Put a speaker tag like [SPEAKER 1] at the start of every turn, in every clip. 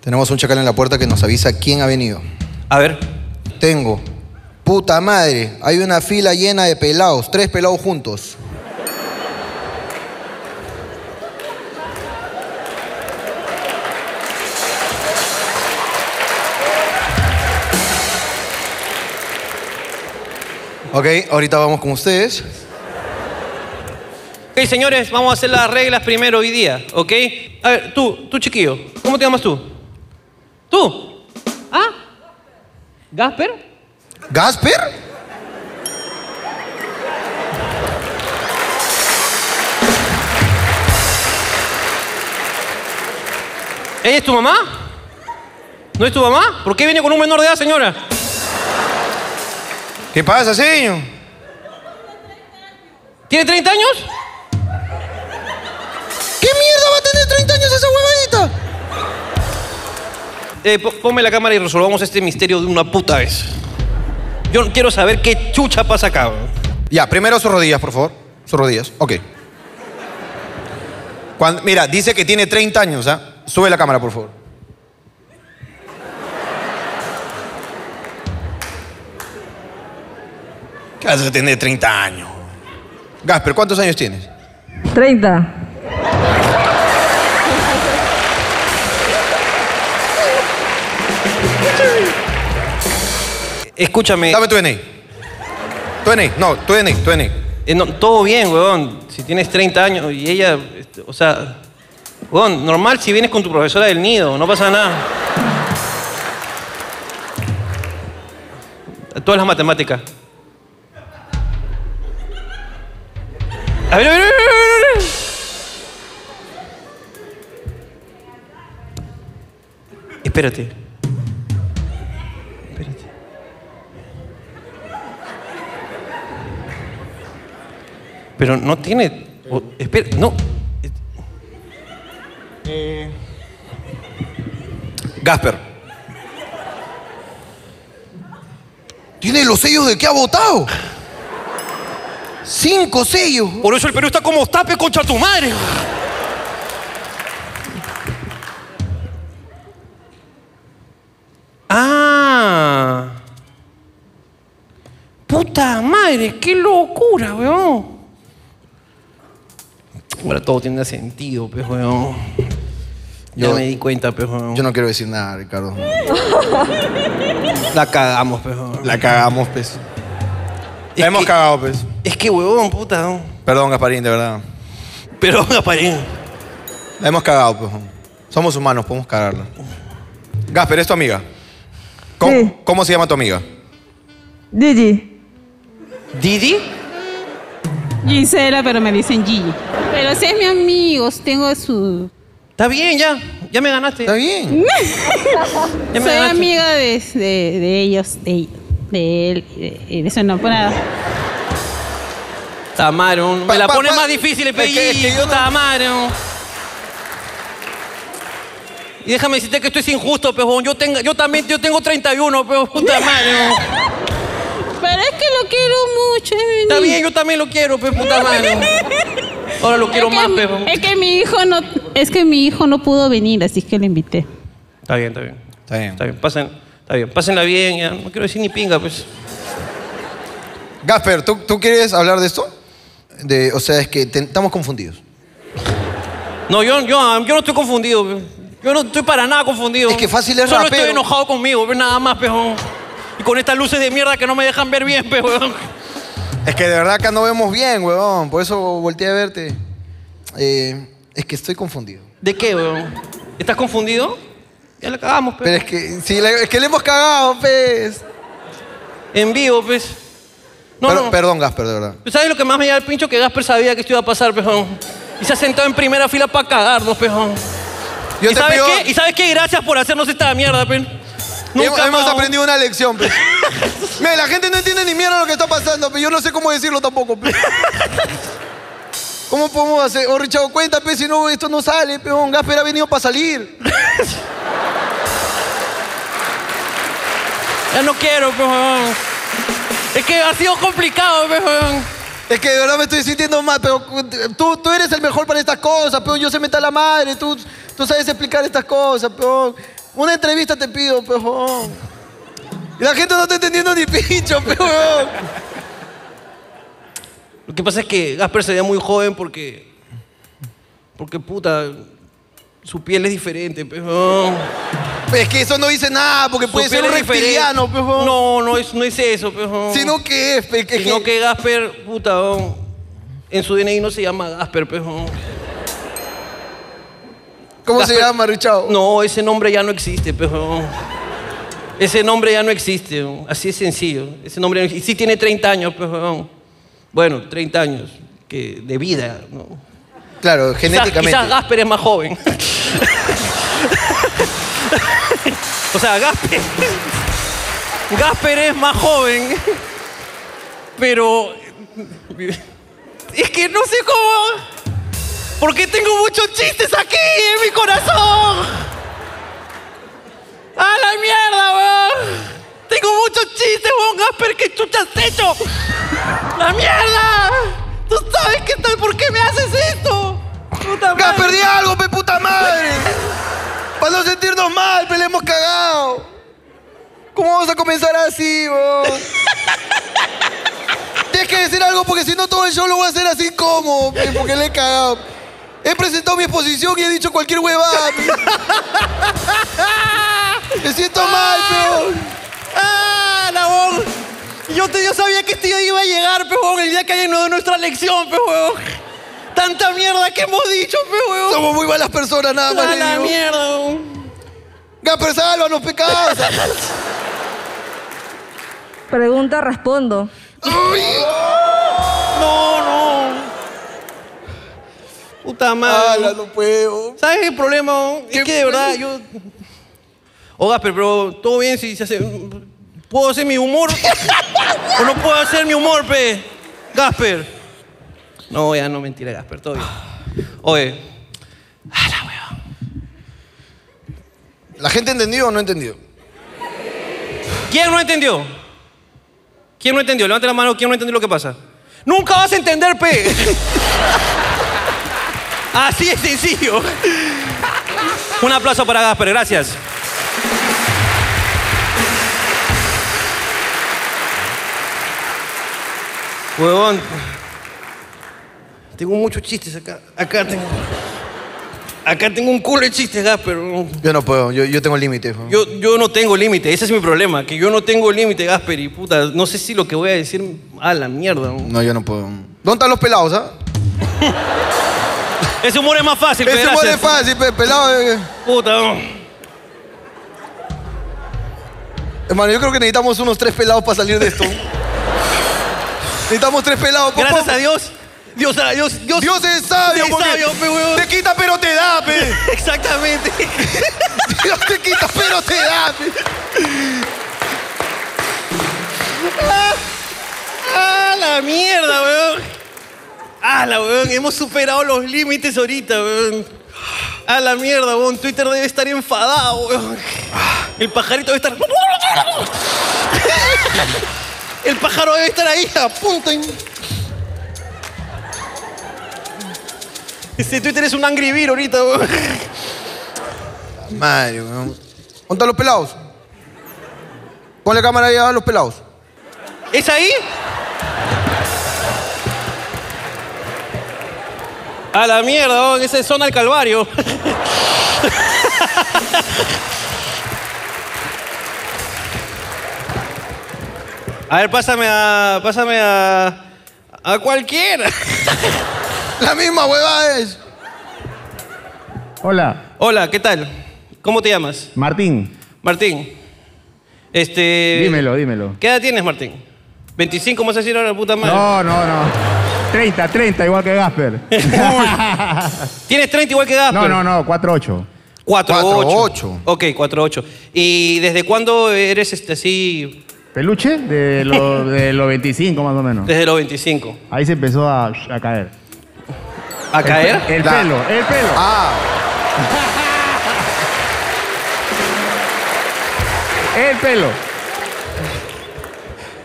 [SPEAKER 1] Tenemos un chacal en la puerta que nos avisa quién ha venido.
[SPEAKER 2] A ver.
[SPEAKER 1] Tengo. Puta madre, hay una fila llena de pelados, tres pelados juntos. Ok, ahorita vamos con ustedes.
[SPEAKER 2] Ok, señores, vamos a hacer las reglas primero hoy día, ¿ok? A ver, tú, tú chiquillo, ¿cómo te llamas tú? ¿Tú? ¿Ah? ¿Gasper?
[SPEAKER 1] ¿Gasper?
[SPEAKER 2] ¿Ella es tu mamá? ¿No es tu mamá? ¿Por qué viene con un menor de edad, señora?
[SPEAKER 1] ¿Qué pasa, señor?
[SPEAKER 2] ¿Tiene 30 años?
[SPEAKER 1] ¿Qué mierda va a tener 30 años esa huevadita?
[SPEAKER 2] Eh, po- ponme la cámara y resolvamos este misterio de una puta vez. Yo quiero saber qué chucha pasa acá. weón.
[SPEAKER 1] Ya, primero sus rodillas, por favor. Sus rodillas. Ok. Cuan- mira, dice que tiene 30 años, ¿ah? Sube la cámara, por favor. ¿Qué vas a tener 30 años? Gasper, ¿cuántos años tienes?
[SPEAKER 3] 30.
[SPEAKER 2] Escúchame.
[SPEAKER 1] Dame tu DNI. Tu DNI, no, tu DNI, tu DNI.
[SPEAKER 2] Eh, no, todo bien, weón. Si tienes 30 años y ella, este, o sea, weón, normal si vienes con tu profesora del nido, no pasa nada. Todas las matemáticas. A ver, a ver, a ver, a ver, a ver. Espérate. Espérate. Pero no tiene. o- espera, no.
[SPEAKER 1] Gasper. Tiene los sellos de que ha votado. Cinco sellos.
[SPEAKER 2] Por eso el Perú está como tape contra tu madre. Ah. Puta madre, qué locura, weón. Ahora todo tiene sentido, pues, weón. Ya
[SPEAKER 1] Yo-
[SPEAKER 2] me di cuenta, pues, weón.
[SPEAKER 1] Yo no quiero decir nada, Ricardo.
[SPEAKER 2] La cagamos, pues, weón.
[SPEAKER 1] La cagamos, pez.
[SPEAKER 2] Es
[SPEAKER 1] La hemos
[SPEAKER 2] que-
[SPEAKER 1] cagado, pez.
[SPEAKER 2] Es que, weón, puta. ¿no?
[SPEAKER 1] Perdón, Gasparín, de verdad.
[SPEAKER 2] Pero, aparece.
[SPEAKER 1] La hemos cagado, pez. Somos humanos, podemos cagarla. Gasper, es tu amiga. ¿Cómo,
[SPEAKER 3] Sí.
[SPEAKER 1] cómo se llama tu amiga?
[SPEAKER 3] Gigi.
[SPEAKER 2] ¿Didi?
[SPEAKER 4] Gisela, pero me dicen Gigi. Pero si es mi amigo, tengo su...
[SPEAKER 2] Está bien, ya. Ya me ganaste.
[SPEAKER 1] Está bien.
[SPEAKER 2] Ya me
[SPEAKER 4] Soy
[SPEAKER 2] ganaste.
[SPEAKER 4] amiga de, de- de ellos, de, de él, y de, y de su enamorada.
[SPEAKER 2] Tamaro,
[SPEAKER 1] Pa-
[SPEAKER 2] me la
[SPEAKER 1] pa-
[SPEAKER 2] pone
[SPEAKER 1] pa-
[SPEAKER 2] más difícil el
[SPEAKER 1] es que- es que
[SPEAKER 2] pedido,
[SPEAKER 1] yo no-
[SPEAKER 2] Tamaro. Y déjame decirte que esto es injusto, pejón. Yo, tengo, yo también yo tengo 31, pero puta madre.
[SPEAKER 4] Pero es que lo quiero mucho, es mi
[SPEAKER 2] Está
[SPEAKER 4] niño.
[SPEAKER 2] bien, yo también lo quiero, pero puta madre. Ahora lo quiero
[SPEAKER 4] es
[SPEAKER 2] más,
[SPEAKER 4] que,
[SPEAKER 2] pejón.
[SPEAKER 4] Es que mi hijo no, es que mi hijo no pudo venir, así que lo invité.
[SPEAKER 2] Está bien, está bien.
[SPEAKER 1] Está bien.
[SPEAKER 2] Está bien, pasen, está bien. Pásenla bien, ya. No quiero decir ni pinga, pues.
[SPEAKER 1] Gasper, ¿tú, tú quieres hablar de esto? De, o sea, es que te- estamos confundidos.
[SPEAKER 2] No, yo, yo, yo no estoy confundido. pe. Yo no estoy para nada confundido.
[SPEAKER 1] Es que fácil es
[SPEAKER 2] Solo
[SPEAKER 1] rapero.
[SPEAKER 2] estoy enojado conmigo, pe, nada más, pejón. Y con estas luces de mierda que no me dejan ver bien, pejón.
[SPEAKER 1] Es que de verdad acá no vemos bien, huevón. Por eso volteé a verte. Eh, es que estoy confundido.
[SPEAKER 2] ¿De qué, weón? ¿Estás confundido? Ya la cagamos, pe.
[SPEAKER 1] Pero es que, sí, la- es que le hemos cagado, pez.
[SPEAKER 2] En vivo, pues. No,
[SPEAKER 1] Pero-
[SPEAKER 2] no.
[SPEAKER 1] Perdón, Gasper, de verdad.
[SPEAKER 2] ¿Tú ¿Sabes lo que más me da el pincho? Que Gasper sabía que esto iba a pasar, pejón. Y se ha sentado en primera fila para cagarnos, pejón.
[SPEAKER 1] Yo
[SPEAKER 2] ¿Y
[SPEAKER 1] te
[SPEAKER 2] sabes
[SPEAKER 1] pido-
[SPEAKER 2] qué? ¿Y sabes qué? Gracias por hacernos esta mierda, pe.
[SPEAKER 1] hemos,
[SPEAKER 2] Nunca
[SPEAKER 1] hemos
[SPEAKER 2] más,
[SPEAKER 1] aprendido una lección, pe. Mira, la gente no entiende ni mierda lo que está pasando, pero yo no sé cómo decirlo tampoco, pe. ¿Cómo podemos hacer? Oh, Richard, cuenta, pe, si no, esto no sale, peón. Gasper ha venido para salir.
[SPEAKER 2] Ya no quiero, pejón. Es que ha sido complicado, pejón.
[SPEAKER 1] Es que de verdad me estoy sintiendo mal, pero tú, tú eres el mejor para estas cosas, peón. Yo sé meter la madre, tú, tú sabes explicar estas cosas, peón. Una entrevista te pido, pejón. Y la gente no está entendiendo ni pincho, pejón.
[SPEAKER 2] Lo que pasa es que Gasper se veía muy joven porque. Porque puta. Su piel es diferente, pues, weón.
[SPEAKER 1] Es que eso no dice nada, porque
[SPEAKER 2] Su
[SPEAKER 1] puede ser
[SPEAKER 2] piel
[SPEAKER 1] un
[SPEAKER 2] es diferente.
[SPEAKER 1] reptiliano, pejón.
[SPEAKER 2] No, no es, no es eso, pues, weón.
[SPEAKER 1] Sino que es, pe- que-
[SPEAKER 2] Sino
[SPEAKER 1] que-
[SPEAKER 2] que Gasper, puta, weón, en su DNI no se llama Gasper, pues, weón.
[SPEAKER 1] ¿Cómo se
[SPEAKER 2] Gasper-
[SPEAKER 1] llama, Richao?
[SPEAKER 2] No, ese nombre ya no existe, pues, weón. Ese nombre ya no existe, weón. así es sencillo. Ese nombre ya no existe. Y sí tiene 30 años, pues, weón. Bueno, 30 años que, de vida, ¿no?
[SPEAKER 1] Claro, genéticamente.
[SPEAKER 2] Quizás, quizás Gasper es más joven. o sea, Gasper. Gasper es más joven. Pero. Es que no sé cómo. Porque tengo muchos chistes aquí en mi corazón. ¡A la mierda, weón! Tengo muchos chistes, weón, Gasper, que chucha has hecho. ¡La mierda! ¿Tú sabes qué tal? ¿Por qué me haces esto? ¡Puta madre!
[SPEAKER 1] Gasper, di algo, pe puta madre. Para no sentirnos mal, pe, le hemos cagado. ¿Cómo vamos a comenzar así, weón? Tienes que decir algo porque si no todo el show lo voy a hacer así como, pe, porque le he cagado. He presentado mi exposición y he dicho cualquier huevada. pe. Me siento mal, peón.
[SPEAKER 2] ¡Ah, la voz! Yo, te- yo sabía que este día iba a llegar, peón, el día que haya de nuestra lección, peón. Tanta mierda que hemos dicho, peón.
[SPEAKER 1] Somos muy malas personas, nada más.
[SPEAKER 2] ¡A
[SPEAKER 1] le
[SPEAKER 2] la
[SPEAKER 1] digo.
[SPEAKER 2] mierda, weón.
[SPEAKER 1] Gasper, sálvanos, pecados.
[SPEAKER 3] Pregunta, respondo.
[SPEAKER 2] No, no. Puta madre.
[SPEAKER 1] Ala, Ah, no puedo.
[SPEAKER 2] ¿Sabes el problema? weón? Es que de verdad yo. Oh, Gasper, pero todo bien si se hace. ¿Puedo hacer mi humor? ¿O no puedo hacer mi humor, pe? Gasper. No, ya no mentira, Gasper, todo bien. Oye. ¡Hala, weón!
[SPEAKER 1] ¿La gente entendió o no entendió?
[SPEAKER 2] ¿Quién no entendió? ¿Quién no entendió? Levante la mano, ¿quién no entendió lo que pasa? ¡Nunca vas a entender, pe! Así es sencillo. Un aplauso para Gasper, gracias. Huevón. Tengo muchos chistes acá. Acá tengo. Acá tengo un culo de chistes, Gasper.
[SPEAKER 1] Yo no puedo, yo, yo tengo límites. weón.
[SPEAKER 2] Yo, yo no tengo límite, ese es mi problema, que yo no tengo límite, Gasper, y puta, no sé si lo que voy a decir a la mierda. ¿no?
[SPEAKER 1] No, yo no puedo. ¿Dónde están los pelados, ah?
[SPEAKER 2] Ese humor es más fácil, pe,
[SPEAKER 1] Ese humor
[SPEAKER 2] gracias.
[SPEAKER 1] es fácil, pe, pelado. eh.
[SPEAKER 2] Puta, ¿no?
[SPEAKER 1] Hermano, yo creo que necesitamos unos tres pelados para salir de esto. necesitamos tres pelados. por
[SPEAKER 2] gracias
[SPEAKER 1] favor.
[SPEAKER 2] a Dios. Dios, a Dios, Dios.
[SPEAKER 1] Dios es sabio,
[SPEAKER 2] es
[SPEAKER 1] porque
[SPEAKER 2] sabio, pe, weón.
[SPEAKER 1] te quita pero te da, pe.
[SPEAKER 2] Exactamente.
[SPEAKER 1] Dios te quita pero te da, pe.
[SPEAKER 2] ¡Ah, la mierda, weón! ¡Ah, la weón! Hemos superado los límites ahorita, weón. ¡Ah, la mierda, weón! Twitter debe estar enfadado, weón. El pajarito debe estar... El pájaro debe estar ahí, apunten. Este Twitter es un angry beer ahorita, weón.
[SPEAKER 1] Madre, weón. ¿Dónde están los pelados? Ponle cámara ahí a los pelados.
[SPEAKER 2] ¿Es ahí? A la mierda, weón, esa es zona del Calvario. A ver, pásame a. Pásame a. A cualquiera.
[SPEAKER 1] La misma huevada es.
[SPEAKER 5] Hola,
[SPEAKER 2] Hola, ¿qué tal? ¿Cómo te llamas?
[SPEAKER 5] Martín.
[SPEAKER 2] Martín. Este.
[SPEAKER 5] Dímelo, dímelo.
[SPEAKER 2] ¿Qué edad tienes, Martín? 25, ¿cómo se decir ahora, puta madre?
[SPEAKER 5] No, no, no. 30, 30, igual que Gasper.
[SPEAKER 2] Tienes 30 igual que Eh, Gasper.
[SPEAKER 5] No, no, no, 4-8.
[SPEAKER 1] 4'8".
[SPEAKER 2] 4-8. Ok, 4-8. ¿Y desde cuándo eres este, así?
[SPEAKER 5] Peluche de los de los 25 más o menos.
[SPEAKER 2] Desde los 25.
[SPEAKER 5] Ahí se empezó a, a caer.
[SPEAKER 2] ¿A caer?
[SPEAKER 5] El
[SPEAKER 1] La-
[SPEAKER 5] pelo, el pelo.
[SPEAKER 1] Ah,
[SPEAKER 5] El pelo.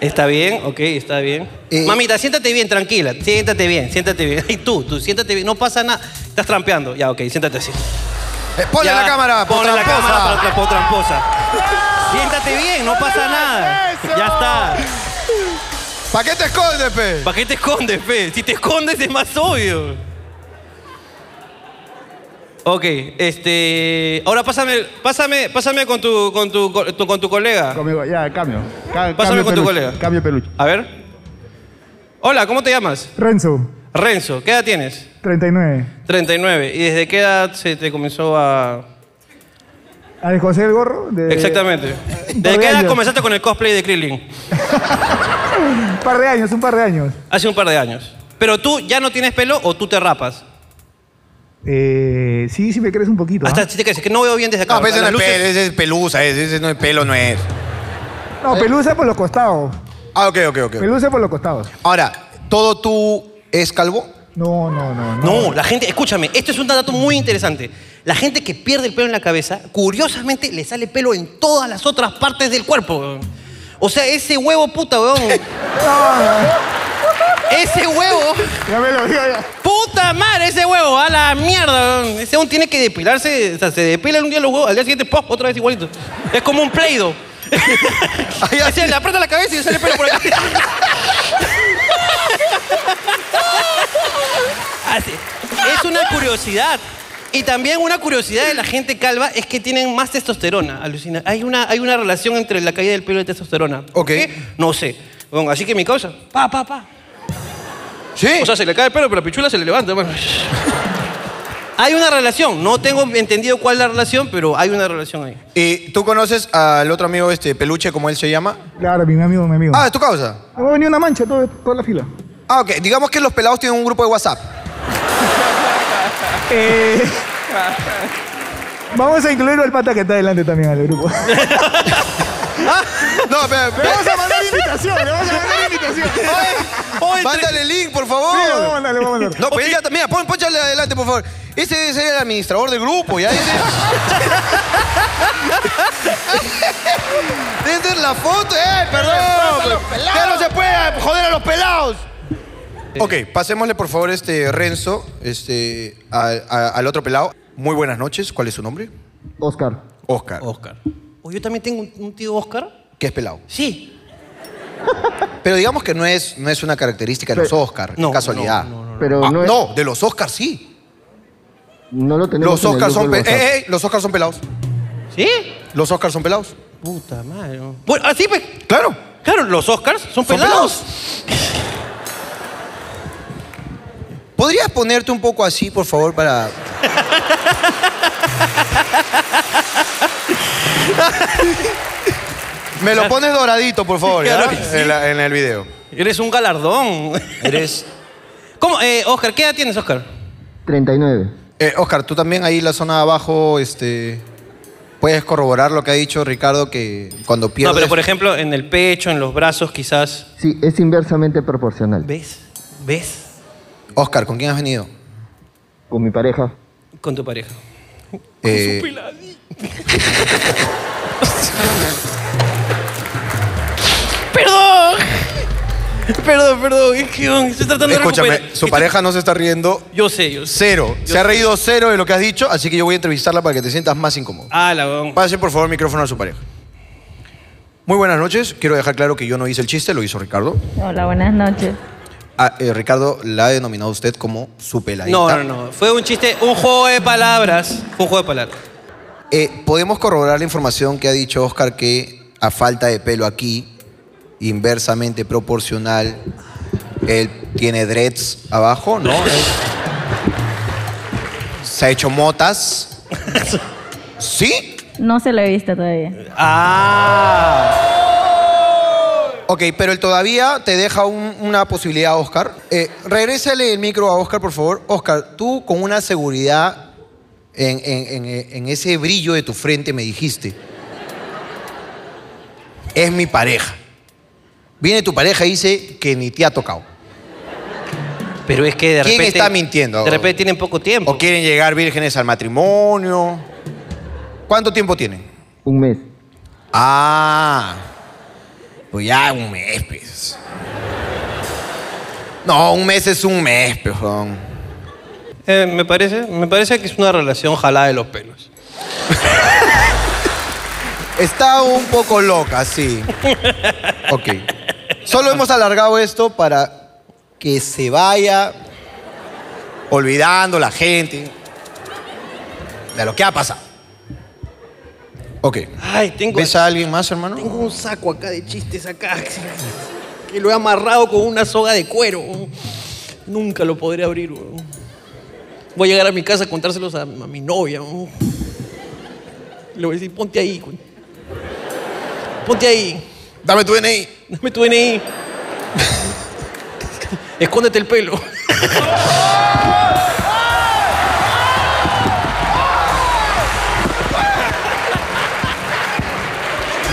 [SPEAKER 2] Está bien, ok, está bien.
[SPEAKER 1] Eh.
[SPEAKER 2] Mamita, siéntate bien, tranquila. Siéntate bien, siéntate bien. Y tú, tú, siéntate bien. No pasa nada. Estás trampeando. Ya, ok, siéntate así.
[SPEAKER 1] Eh, ponle
[SPEAKER 2] Ya,
[SPEAKER 1] la cámara, por
[SPEAKER 2] Ponle la
[SPEAKER 1] tramposa.
[SPEAKER 2] cámara por tra- por tramposa. Siéntate bien, no pasa nada. Ya está.
[SPEAKER 1] ¿Para qué te escondes, pe?
[SPEAKER 2] ¿Para qué te escondes, fe? Si te escondes es más obvio. Ok, este. Ahora pásame, pásame, pásame con tu, con tu, con tu, con tu colega.
[SPEAKER 5] Conmigo, ya, cambio. Ca-
[SPEAKER 2] Pásame
[SPEAKER 5] cambio
[SPEAKER 2] con tu
[SPEAKER 5] peluche,
[SPEAKER 2] colega.
[SPEAKER 5] Cambio peluche.
[SPEAKER 2] A ver. Hola, ¿cómo te llamas?
[SPEAKER 6] Renzo,
[SPEAKER 2] Renzo, ¿qué edad tienes?
[SPEAKER 6] 39.
[SPEAKER 2] 39. ¿Y desde qué edad se te comenzó a...?
[SPEAKER 6] Al José el Gorro. De,
[SPEAKER 2] Exactamente. ¿Desde
[SPEAKER 6] de
[SPEAKER 2] qué edad
[SPEAKER 6] Eh, años.
[SPEAKER 2] comenzaste con el cosplay de Krillin?
[SPEAKER 6] Un par de años, un par de años.
[SPEAKER 2] Hace un par de años. ¿Pero tú ya no tienes pelo o tú te rapas?
[SPEAKER 6] ¿Ah? Eh, sí, sí me crees un poquito. ¿ah?
[SPEAKER 2] Hasta si te crees, es que no veo bien desde acá.
[SPEAKER 1] No, pe, ese no
[SPEAKER 2] Las
[SPEAKER 1] es
[SPEAKER 2] luces-
[SPEAKER 1] pelo, ese es pelusa, ese, ese no es pelo, no es.
[SPEAKER 6] No, pelusa por los costados.
[SPEAKER 1] Ah, ok, ok, ok.
[SPEAKER 6] Pelusa por los costados.
[SPEAKER 1] Ahora, ¿todo tú es calvo?
[SPEAKER 6] No, no, no.
[SPEAKER 2] No, la gente, escúchame, esto es un dato muy interesante. La gente que pierde el pelo en la cabeza, curiosamente le sale pelo en todas las otras partes del cuerpo. weón. O sea, ese huevo puta, weón. ese huevo,
[SPEAKER 6] Ya me lo digo ya.
[SPEAKER 2] puta madre, ese huevo, a la mierda. weón. Ese huevo tiene que depilarse, o sea, se depila un día los huevos, al día siguiente, ¡pop! otra vez igualito. Es como un pleido. Se le aprieta la cabeza y le sale pelo por aquí. Así. Es una curiosidad. Y también una curiosidad de la gente calva es que tienen más testosterona, alucina. Hay una, hay una relación entre la caída del pelo y la testosterona.
[SPEAKER 1] Ok.
[SPEAKER 2] ¿Qué? No sé. Bueno, así que mi causa, pa, pa, pa.
[SPEAKER 1] Sí.
[SPEAKER 2] O sea, se le cae el pelo, pero la pichula se le levanta. bueno. hay una relación. No tengo entendido cuál es la relación, pero hay una relación ahí.
[SPEAKER 1] ¿Y tú conoces al otro amigo, este, peluche, como él se llama?
[SPEAKER 6] Claro, mi amigo, mi amigo.
[SPEAKER 1] Ah, es tu causa.
[SPEAKER 6] No me ha venido una mancha todo- toda la fila.
[SPEAKER 1] Ah, ok. Digamos que los pelados tienen un grupo de WhatsApp.
[SPEAKER 6] Eh, vamos a incluir al pata que está adelante también al grupo.
[SPEAKER 1] Ah. No, pero.
[SPEAKER 6] Le vamos a mandar invitación, le vamos a mandar invitación.
[SPEAKER 2] Oye,
[SPEAKER 1] Mándale el link, por
[SPEAKER 6] Sí, vamos a
[SPEAKER 1] favor.
[SPEAKER 6] mandarle, vamos a mandarle.
[SPEAKER 1] No, pero ella también. Pon, ponchale adelante, por favor. Ese debe ser el administrador del grupo, ¿ya? Ese... Debe ser la foto. ¡Eh, perdón! ¡Ya no se puede joder a los pelados! Ok, pasémosle, por favor, este Renzo este, a- a- al otro pelado. Muy buenas noches. ¿Cuál es su nombre?
[SPEAKER 6] Oscar.
[SPEAKER 1] Oscar.
[SPEAKER 2] Oscar. O Oh, yo también tengo un, un tío Oscar.
[SPEAKER 1] Que es pelado.
[SPEAKER 2] Sí.
[SPEAKER 1] Pero digamos que no es, no es una característica de los Oscar,
[SPEAKER 2] No,
[SPEAKER 1] casualidad.
[SPEAKER 2] no,
[SPEAKER 7] Pero
[SPEAKER 1] Ah,
[SPEAKER 7] no, es-
[SPEAKER 1] no, de los Oscars sí.
[SPEAKER 7] no lo tenemos.
[SPEAKER 1] Los
[SPEAKER 7] en el
[SPEAKER 1] Oscars son
[SPEAKER 7] grupo
[SPEAKER 1] pe-
[SPEAKER 7] del WhatsApp.
[SPEAKER 1] eh, eh, los Oscars son pelados.
[SPEAKER 2] ¿Sí?
[SPEAKER 1] Los Oscars son pelados.
[SPEAKER 2] Puta madre. no. Bueno, así pues.
[SPEAKER 1] Claro.
[SPEAKER 2] Claro, los Oscars son
[SPEAKER 1] Son
[SPEAKER 2] pelados.
[SPEAKER 1] ¿Podrías ponerte un poco así, por favor, para. Me lo pones doradito, por favor, ¿ya?
[SPEAKER 2] Claro que sí.
[SPEAKER 1] en, la- en el video.
[SPEAKER 2] Eres un galardón.
[SPEAKER 1] Eres.
[SPEAKER 2] ¿Cómo? Eh, Oscar, ¿qué edad tienes, Oscar?
[SPEAKER 7] 39.
[SPEAKER 1] Eh, Oscar, tú también ahí la zona de abajo, este. Puedes corroborar lo que ha dicho Ricardo que cuando pierdes.
[SPEAKER 2] No, pero por ejemplo, en el pecho, en los brazos, quizás.
[SPEAKER 7] Sí, es inversamente proporcional.
[SPEAKER 2] ¿Ves? ¿Ves?
[SPEAKER 1] Oscar, ¿con quién has venido?
[SPEAKER 7] Con mi pareja.
[SPEAKER 2] Con tu pareja.
[SPEAKER 1] Eh,
[SPEAKER 2] ¡Perdón! Perdón, perdón. Es que um, estoy tratando de
[SPEAKER 1] escúchame,
[SPEAKER 2] recuperar-
[SPEAKER 1] su
[SPEAKER 2] estoy-
[SPEAKER 1] pareja no se está riendo
[SPEAKER 2] Yo sé, yo sé.
[SPEAKER 1] Cero.
[SPEAKER 2] Yo
[SPEAKER 1] Se ha reído cero de lo que has dicho, así que yo voy a entrevistarla para que te sientas más incómodo.
[SPEAKER 2] Ah, la weón.
[SPEAKER 1] Pase, por favor, el micrófono a su pareja. Muy buenas noches. Quiero dejar claro que yo no hice el chiste, lo hizo Ricardo.
[SPEAKER 3] Hola, buenas noches.
[SPEAKER 1] Ah, eh, Ricardo la ha denominado usted como su peladita.
[SPEAKER 2] No, no, no. Fue un chiste, un juego de palabras. Fue un juego de palabras.
[SPEAKER 1] Eh, Podemos corroborar la información que ha dicho Oscar que a falta de pelo aquí, inversamente proporcional, él tiene dreads abajo, ¿no? Él- Se ha hecho motas. ¿Sí?
[SPEAKER 3] No se lo he visto todavía.
[SPEAKER 2] Ah.
[SPEAKER 1] Ok, pero el todavía te deja un- una posibilidad, Oscar. Eh, regrésale el micro a Oscar, por favor. Oscar, tú con una seguridad en, en- en- en ese brillo de tu frente me dijiste. Es mi pareja. Viene tu pareja y dice que ni te ha tocado.
[SPEAKER 2] Pero es que de
[SPEAKER 1] ¿Quién
[SPEAKER 2] repente.
[SPEAKER 1] está mintiendo?
[SPEAKER 2] De repente tienen poco tiempo.
[SPEAKER 1] O quieren llegar vírgenes al matrimonio. ¿Cuánto tiempo tienen?
[SPEAKER 7] Un mes.
[SPEAKER 1] Ah. Pues ya un mes, pues. No, un mes es un mes, perdón.
[SPEAKER 2] Eh, me, parece, me parece que es una relación jalada de los pelos.
[SPEAKER 1] Está un poco loca, sí. Ok. Solo hemos alargado esto para que se vaya olvidando la gente de lo que ha pasado. Ok.
[SPEAKER 2] Ay, tengo,
[SPEAKER 1] ¿Ves a alguien más, hermano?
[SPEAKER 2] tengo un saco acá de chistes acá. Que lo he amarrado con una soga de cuero. Nunca lo podré abrir. weón. Voy a llegar a mi casa a contárselos a, a mi novia. weón. Le voy a decir, ponte ahí. coño. Ponte ahí.
[SPEAKER 1] Dame tu DNI.
[SPEAKER 2] Dame tu DNI. Escóndete el pelo.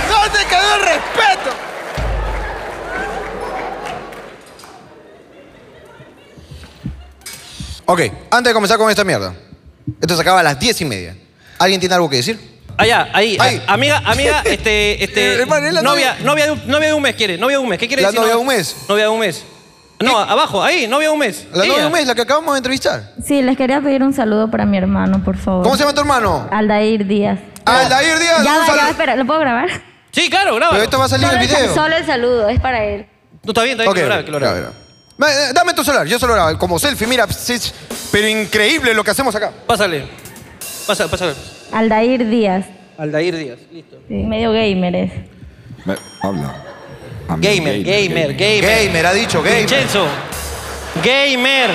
[SPEAKER 1] ¿Dónde quedó el respeto? Ok, antes de comenzar con esta mierda. Esto se acaba a las diez y media. ¿Alguien tiene algo que decir?
[SPEAKER 2] Allá, ahí.
[SPEAKER 1] Ahí. Eh,
[SPEAKER 2] a- Amiga, amiga, este, este.
[SPEAKER 1] Hermano, es la
[SPEAKER 2] novia, novia, de un, novia de un mes, quiere. Novia de un mes. ¿Qué quiere
[SPEAKER 1] ¿La
[SPEAKER 2] decir?
[SPEAKER 1] novia de un mes?
[SPEAKER 2] Novia de un mes. No, abajo, ahí, novia de un mes.
[SPEAKER 1] La
[SPEAKER 2] Ella.
[SPEAKER 1] novia de un mes, la que acabamos de entrevistar.
[SPEAKER 3] Sí, les quería pedir un saludo para mi hermano, por favor.
[SPEAKER 1] ¿Cómo se llama tu hermano?
[SPEAKER 3] Aldair Díaz.
[SPEAKER 1] Aldair Díaz,
[SPEAKER 3] Ya,
[SPEAKER 1] un
[SPEAKER 3] va, ya,
[SPEAKER 1] saludo.
[SPEAKER 3] va, espera, ¿lo puedo grabar?
[SPEAKER 2] Sí, claro, graba.
[SPEAKER 1] Pero esto va a salir en el
[SPEAKER 3] solo, el,
[SPEAKER 1] video.
[SPEAKER 3] solo el saludo, es para él.
[SPEAKER 2] No, está bien, está bien,
[SPEAKER 1] Ok,
[SPEAKER 2] que lo grabe, que lo
[SPEAKER 1] graba,
[SPEAKER 2] grabe.
[SPEAKER 1] graba. Ma- eh, Dame tu celular, yo solo grabo como selfie, mira, sí, sí, pero increíble lo que hacemos acá.
[SPEAKER 2] Pásale. Pásale, pásale.
[SPEAKER 3] Aldair Díaz.
[SPEAKER 2] Aldair Díaz, listo.
[SPEAKER 3] Sí, Medio gamer es.
[SPEAKER 8] Me- habla. Amigo,
[SPEAKER 2] Gamer, gamer, gamer.
[SPEAKER 1] Gamer, ha dicho, gamer.
[SPEAKER 2] Vincenzo. Gamer.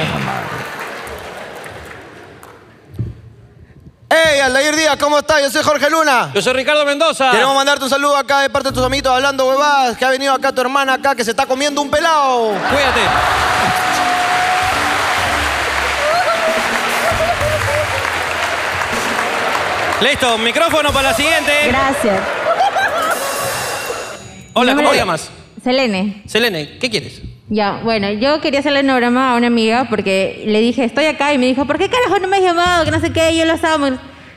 [SPEAKER 1] Hey, Aldair Díaz, ¿cómo estás? Yo soy Jorge Luna.
[SPEAKER 2] Yo soy Ricardo
[SPEAKER 3] Ah.
[SPEAKER 2] Mendoza.
[SPEAKER 1] Queremos mandarte un saludo acá de parte de tus amiguitos hablando huevadas, que ha venido acá tu hermana acá que se está comiendo un pelado.
[SPEAKER 2] Cuídate. Listo, micrófono para la siguiente.
[SPEAKER 3] Gracias.
[SPEAKER 2] Hola,
[SPEAKER 3] Mi
[SPEAKER 2] ¿cómo
[SPEAKER 3] nombre-
[SPEAKER 2] te llamas?
[SPEAKER 3] Selene.
[SPEAKER 2] Selene, ¿qué quieres?
[SPEAKER 3] Ya, bueno, yo quería hacerle un programa a una amiga porque le dije, estoy acá, y me dijo, ¿por qué carajo no me has llamado? Que no sé qué, yo los amo.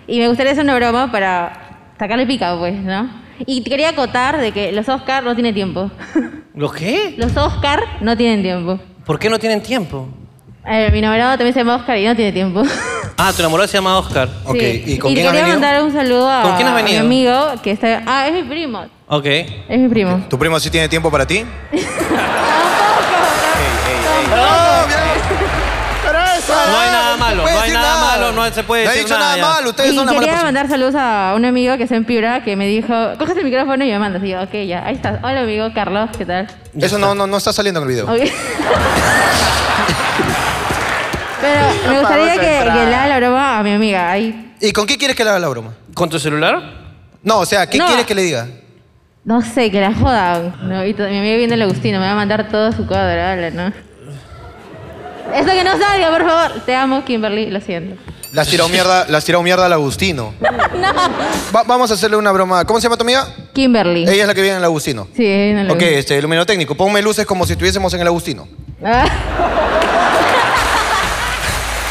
[SPEAKER 3] Y me gustaría hacer una broma para sacarle pica, pues, ¿no? Y te quería acotar de que los Oscar no tienen tiempo.
[SPEAKER 2] ¿Los qué?
[SPEAKER 3] los Oscar no tienen tiempo.
[SPEAKER 2] ¿Por qué no tienen tiempo?
[SPEAKER 3] Eh, mi enamorado también se llama Oscar y no tiene tiempo.
[SPEAKER 2] Ah, tu enamorado se llama Oscar.
[SPEAKER 1] Ok,
[SPEAKER 3] Sí.
[SPEAKER 1] ¿y con quién has
[SPEAKER 3] quería
[SPEAKER 1] venido?
[SPEAKER 3] mandar un saludo a,
[SPEAKER 2] ¿Con quién has
[SPEAKER 3] a mi
[SPEAKER 2] venido?
[SPEAKER 3] amigo que está... Ah, es mi primo.
[SPEAKER 2] Ok.
[SPEAKER 3] Es mi primo.
[SPEAKER 1] ¿Tu primo sí tiene tiempo para ti?
[SPEAKER 2] No hay nada malo, no hay nada malo, no se puede
[SPEAKER 1] No he
[SPEAKER 2] decir
[SPEAKER 1] dicho nada,
[SPEAKER 2] nada ya.
[SPEAKER 1] malo, ustedes
[SPEAKER 3] y
[SPEAKER 1] son la mala
[SPEAKER 3] quería
[SPEAKER 1] persona.
[SPEAKER 3] mandar saludos a un amigo que está en Piura que me dijo, cógete el micrófono y me mandas. Y yo, ok, ya, ahí estás. Hola, amigo Carlos, ¿qué tal?
[SPEAKER 1] Eso no, no, no está saliendo en el video.
[SPEAKER 3] Ok. Pero me gustaría que, que le haga la broma a mi amiga. Ahí.
[SPEAKER 1] ¿Y con qué quieres que le haga la broma?
[SPEAKER 2] ¿Con tu celular?
[SPEAKER 1] No, o sea, ¿qué
[SPEAKER 3] No.
[SPEAKER 1] quieres que le diga?
[SPEAKER 3] No sé, que la jodan. No, y to- mi amigo viene el Agustino, me va a mandar todo su cuadro, habla, ¿no? Eso que no salga, por favor. Te amo, Kimberly, lo siento.
[SPEAKER 1] La has tirado mierda, la has tirado mierda al Agustino. Va- vamos a hacerle una broma. ¿Cómo se llama tu amiga?
[SPEAKER 3] Kimberly.
[SPEAKER 1] Ella es la que viene en el Agustino.
[SPEAKER 3] Sí, no lo
[SPEAKER 1] Ok,
[SPEAKER 3] vi.
[SPEAKER 1] este, ilumino técnico. Ponme luces como si estuviésemos en el Agustino.
[SPEAKER 3] Ah,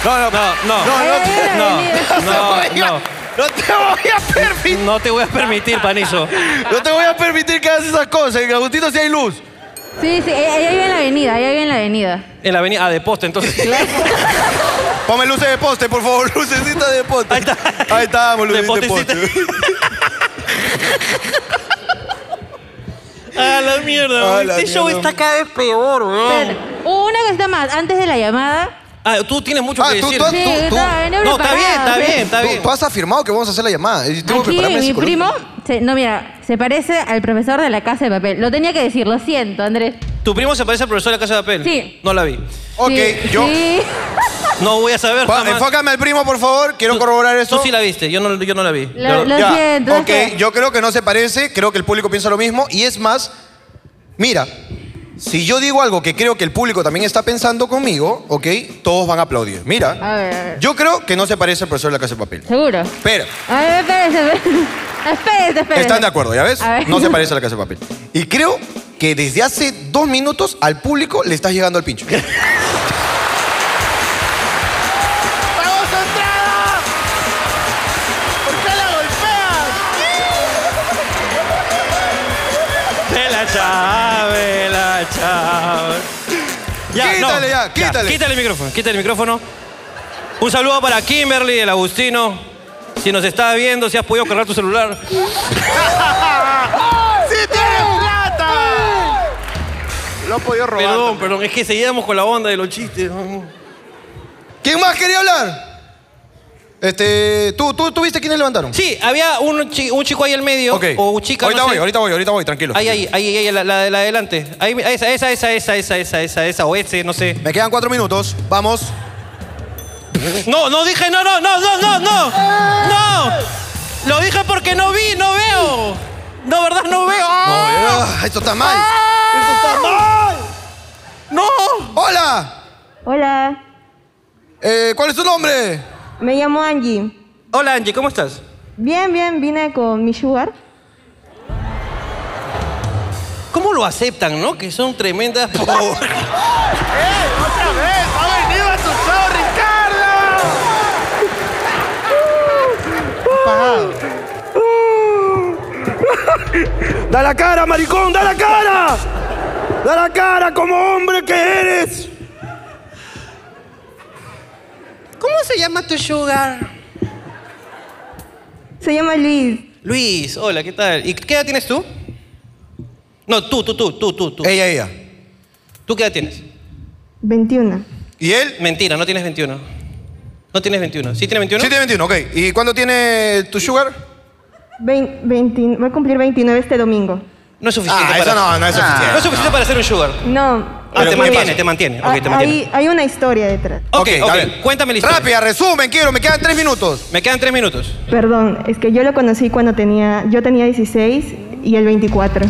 [SPEAKER 2] No, no, no, no.
[SPEAKER 3] no, Ay, no, ay, ay,
[SPEAKER 2] no, no, no.
[SPEAKER 1] No te voy a permitir.
[SPEAKER 2] No te voy a permitir, Panizo.
[SPEAKER 1] No te voy a permitir que hagas esas cosas. En el Agustino sí hay luz.
[SPEAKER 3] sí, sí, ella ella vive en la avenida, ella vive en la avenida.
[SPEAKER 2] En la avenida. Ah, de poste, entonces.
[SPEAKER 1] Ponme luces de poste, por favor. Lucecita de poste.
[SPEAKER 2] Ahí está.
[SPEAKER 1] Ahí estamos, luces
[SPEAKER 2] De
[SPEAKER 1] de
[SPEAKER 2] postecita.
[SPEAKER 1] poste.
[SPEAKER 2] A Ah, la mierda,
[SPEAKER 1] A
[SPEAKER 2] güey.
[SPEAKER 1] la
[SPEAKER 2] Este show
[SPEAKER 1] mierda.
[SPEAKER 2] está cada vez peor,
[SPEAKER 3] Pero,
[SPEAKER 2] weón.
[SPEAKER 3] una cosita más, antes de la llamada.
[SPEAKER 2] Ah, tú tienes mucho
[SPEAKER 1] Ah,
[SPEAKER 2] que
[SPEAKER 1] tú-
[SPEAKER 2] decir.
[SPEAKER 1] tú-
[SPEAKER 3] Sí,
[SPEAKER 1] tú-
[SPEAKER 3] estaba venía
[SPEAKER 2] No, está bien,
[SPEAKER 3] preparada,
[SPEAKER 2] está
[SPEAKER 3] sí.
[SPEAKER 2] bien, está
[SPEAKER 1] Tú-
[SPEAKER 2] bien.
[SPEAKER 1] Tú has afirmado que vamos a hacer la llamada. Y tengo que
[SPEAKER 3] Aquí
[SPEAKER 1] prepararme
[SPEAKER 3] mi primo,
[SPEAKER 1] psicológico.
[SPEAKER 3] se- no mira, se parece al profesor de la casa de papel. Lo tenía que decir, lo siento, Andrés.
[SPEAKER 2] ¿Tu primo se parece al profesor de la casa de papel?
[SPEAKER 3] Sí.
[SPEAKER 2] No la vi.
[SPEAKER 1] Ok,
[SPEAKER 3] Sí,
[SPEAKER 1] yo.
[SPEAKER 3] sí.
[SPEAKER 2] No voy a saber
[SPEAKER 1] Pa-
[SPEAKER 2] jamás.
[SPEAKER 1] enfócame al primo, por favor. Quiero
[SPEAKER 2] Tú-
[SPEAKER 1] corroborar eso.
[SPEAKER 2] Tú sí la viste, yo no, yo no la vi.
[SPEAKER 3] Lo,
[SPEAKER 2] Yo-
[SPEAKER 3] lo siento. es
[SPEAKER 1] ok,
[SPEAKER 3] que-
[SPEAKER 1] yo creo que no se parece. Creo que el público piensa lo mismo. Y es más, mira, si yo digo algo que creo que el público también está pensando conmigo, ok, todos van a aplaudir. Mira,
[SPEAKER 3] A ver, a ver.
[SPEAKER 1] yo creo que no se parece al profesor de la casa de papel.
[SPEAKER 3] Seguro.
[SPEAKER 1] Espera.
[SPEAKER 3] A ver, espérese, espérese. Espérese, espérese.
[SPEAKER 1] Están de acuerdo, ¿ya ves?
[SPEAKER 3] A ver.
[SPEAKER 1] No se parece a la casa de papel. Y creo que desde hace dos minutos al público le estás llegando al pincho.
[SPEAKER 2] De la chave, la chave.
[SPEAKER 1] Quítale ya, quítale.
[SPEAKER 2] Quítale el micrófono, quítale el micrófono. Un saludo para Kimberly, el Agustino. Si nos está viendo, si has podido cargar tu celular.
[SPEAKER 9] ¡Sí tienes plata! Lo han podido robar.
[SPEAKER 2] Perdón, perdón, es que seguíamos con la onda de los chistes.
[SPEAKER 1] ¿Quién más quería hablar? Este, ¿tú, tú, tú viste quiénes levantaron?
[SPEAKER 2] Sí, había un, chi- un chico ahí al medio.
[SPEAKER 1] Ok.
[SPEAKER 2] O un chica.
[SPEAKER 1] ahorita
[SPEAKER 2] no sé.
[SPEAKER 1] voy, ahorita voy, ahorita voy, tranquilo.
[SPEAKER 2] Ahí, ahí, ahí, ahí, la, la de la de adelante. Ahí, esa, esa, esa, esa, esa, esa, esa, esa, o ese, no sé.
[SPEAKER 1] Me quedan cuatro minutos, vamos.
[SPEAKER 2] No, no dije no, no, no, no, no, no. No. Lo dije porque no vi, no veo. No, ¿verdad? No veo. ¡Ah!
[SPEAKER 1] Ah, esto está mal.
[SPEAKER 2] ¡Eso está mal! ¡No!
[SPEAKER 1] ¡Hola!
[SPEAKER 10] Hola,
[SPEAKER 1] Eh, ¿Cuál es tu nombre?
[SPEAKER 10] me llamo Angie.
[SPEAKER 2] Hola, Angie, ¿cómo estás?
[SPEAKER 10] Bien, bien, vine con mi sugar.
[SPEAKER 2] ¿Cómo lo aceptan, no? Que son tremendas pobres.
[SPEAKER 9] ¡Eh! ¡Otra vez! ¡Ha venido a tu show, Ricardo!
[SPEAKER 11] ¡Da la cara, maricón! ¡Da la cara! ¡Da la cara como hombre que eres!
[SPEAKER 12] ¿Cómo se llama tu sugar?
[SPEAKER 10] Se llama Luis.
[SPEAKER 2] Luis, hola, ¿qué tal? ¿Y qué edad tienes tú? No, tú, tú, tú, tú, tú. tú.
[SPEAKER 1] Ella, ella.
[SPEAKER 2] ¿Tú qué edad tienes?
[SPEAKER 10] 21.
[SPEAKER 1] ¿Y él?
[SPEAKER 2] Mentira, no tienes 21. No tienes 21. ¿Sí tienes 21?
[SPEAKER 1] Sí, tiene 21, ok. ¿Y cuándo tiene tu sugar?
[SPEAKER 10] Vein- 20 voy a cumplir 29 este domingo.
[SPEAKER 2] No es suficiente.
[SPEAKER 1] Ah,
[SPEAKER 2] para...
[SPEAKER 1] eso no, no es suficiente.
[SPEAKER 2] No es suficiente para ser un sugar.
[SPEAKER 10] No.
[SPEAKER 2] Ah, te
[SPEAKER 10] es-
[SPEAKER 2] mantiene, te mantiene. Ok, te
[SPEAKER 10] Ah,
[SPEAKER 2] mantiene.
[SPEAKER 10] Hay, hay una historia detrás.
[SPEAKER 2] Ok,
[SPEAKER 1] Ok,
[SPEAKER 2] ok,
[SPEAKER 1] dale.
[SPEAKER 2] cuéntame la historia.
[SPEAKER 1] Rápida, resumen, quiero, me quedan tres minutos.
[SPEAKER 2] Me quedan tres minutos.
[SPEAKER 10] Perdón, es que yo lo conocí cuando tenía, yo tenía 16 y él 24.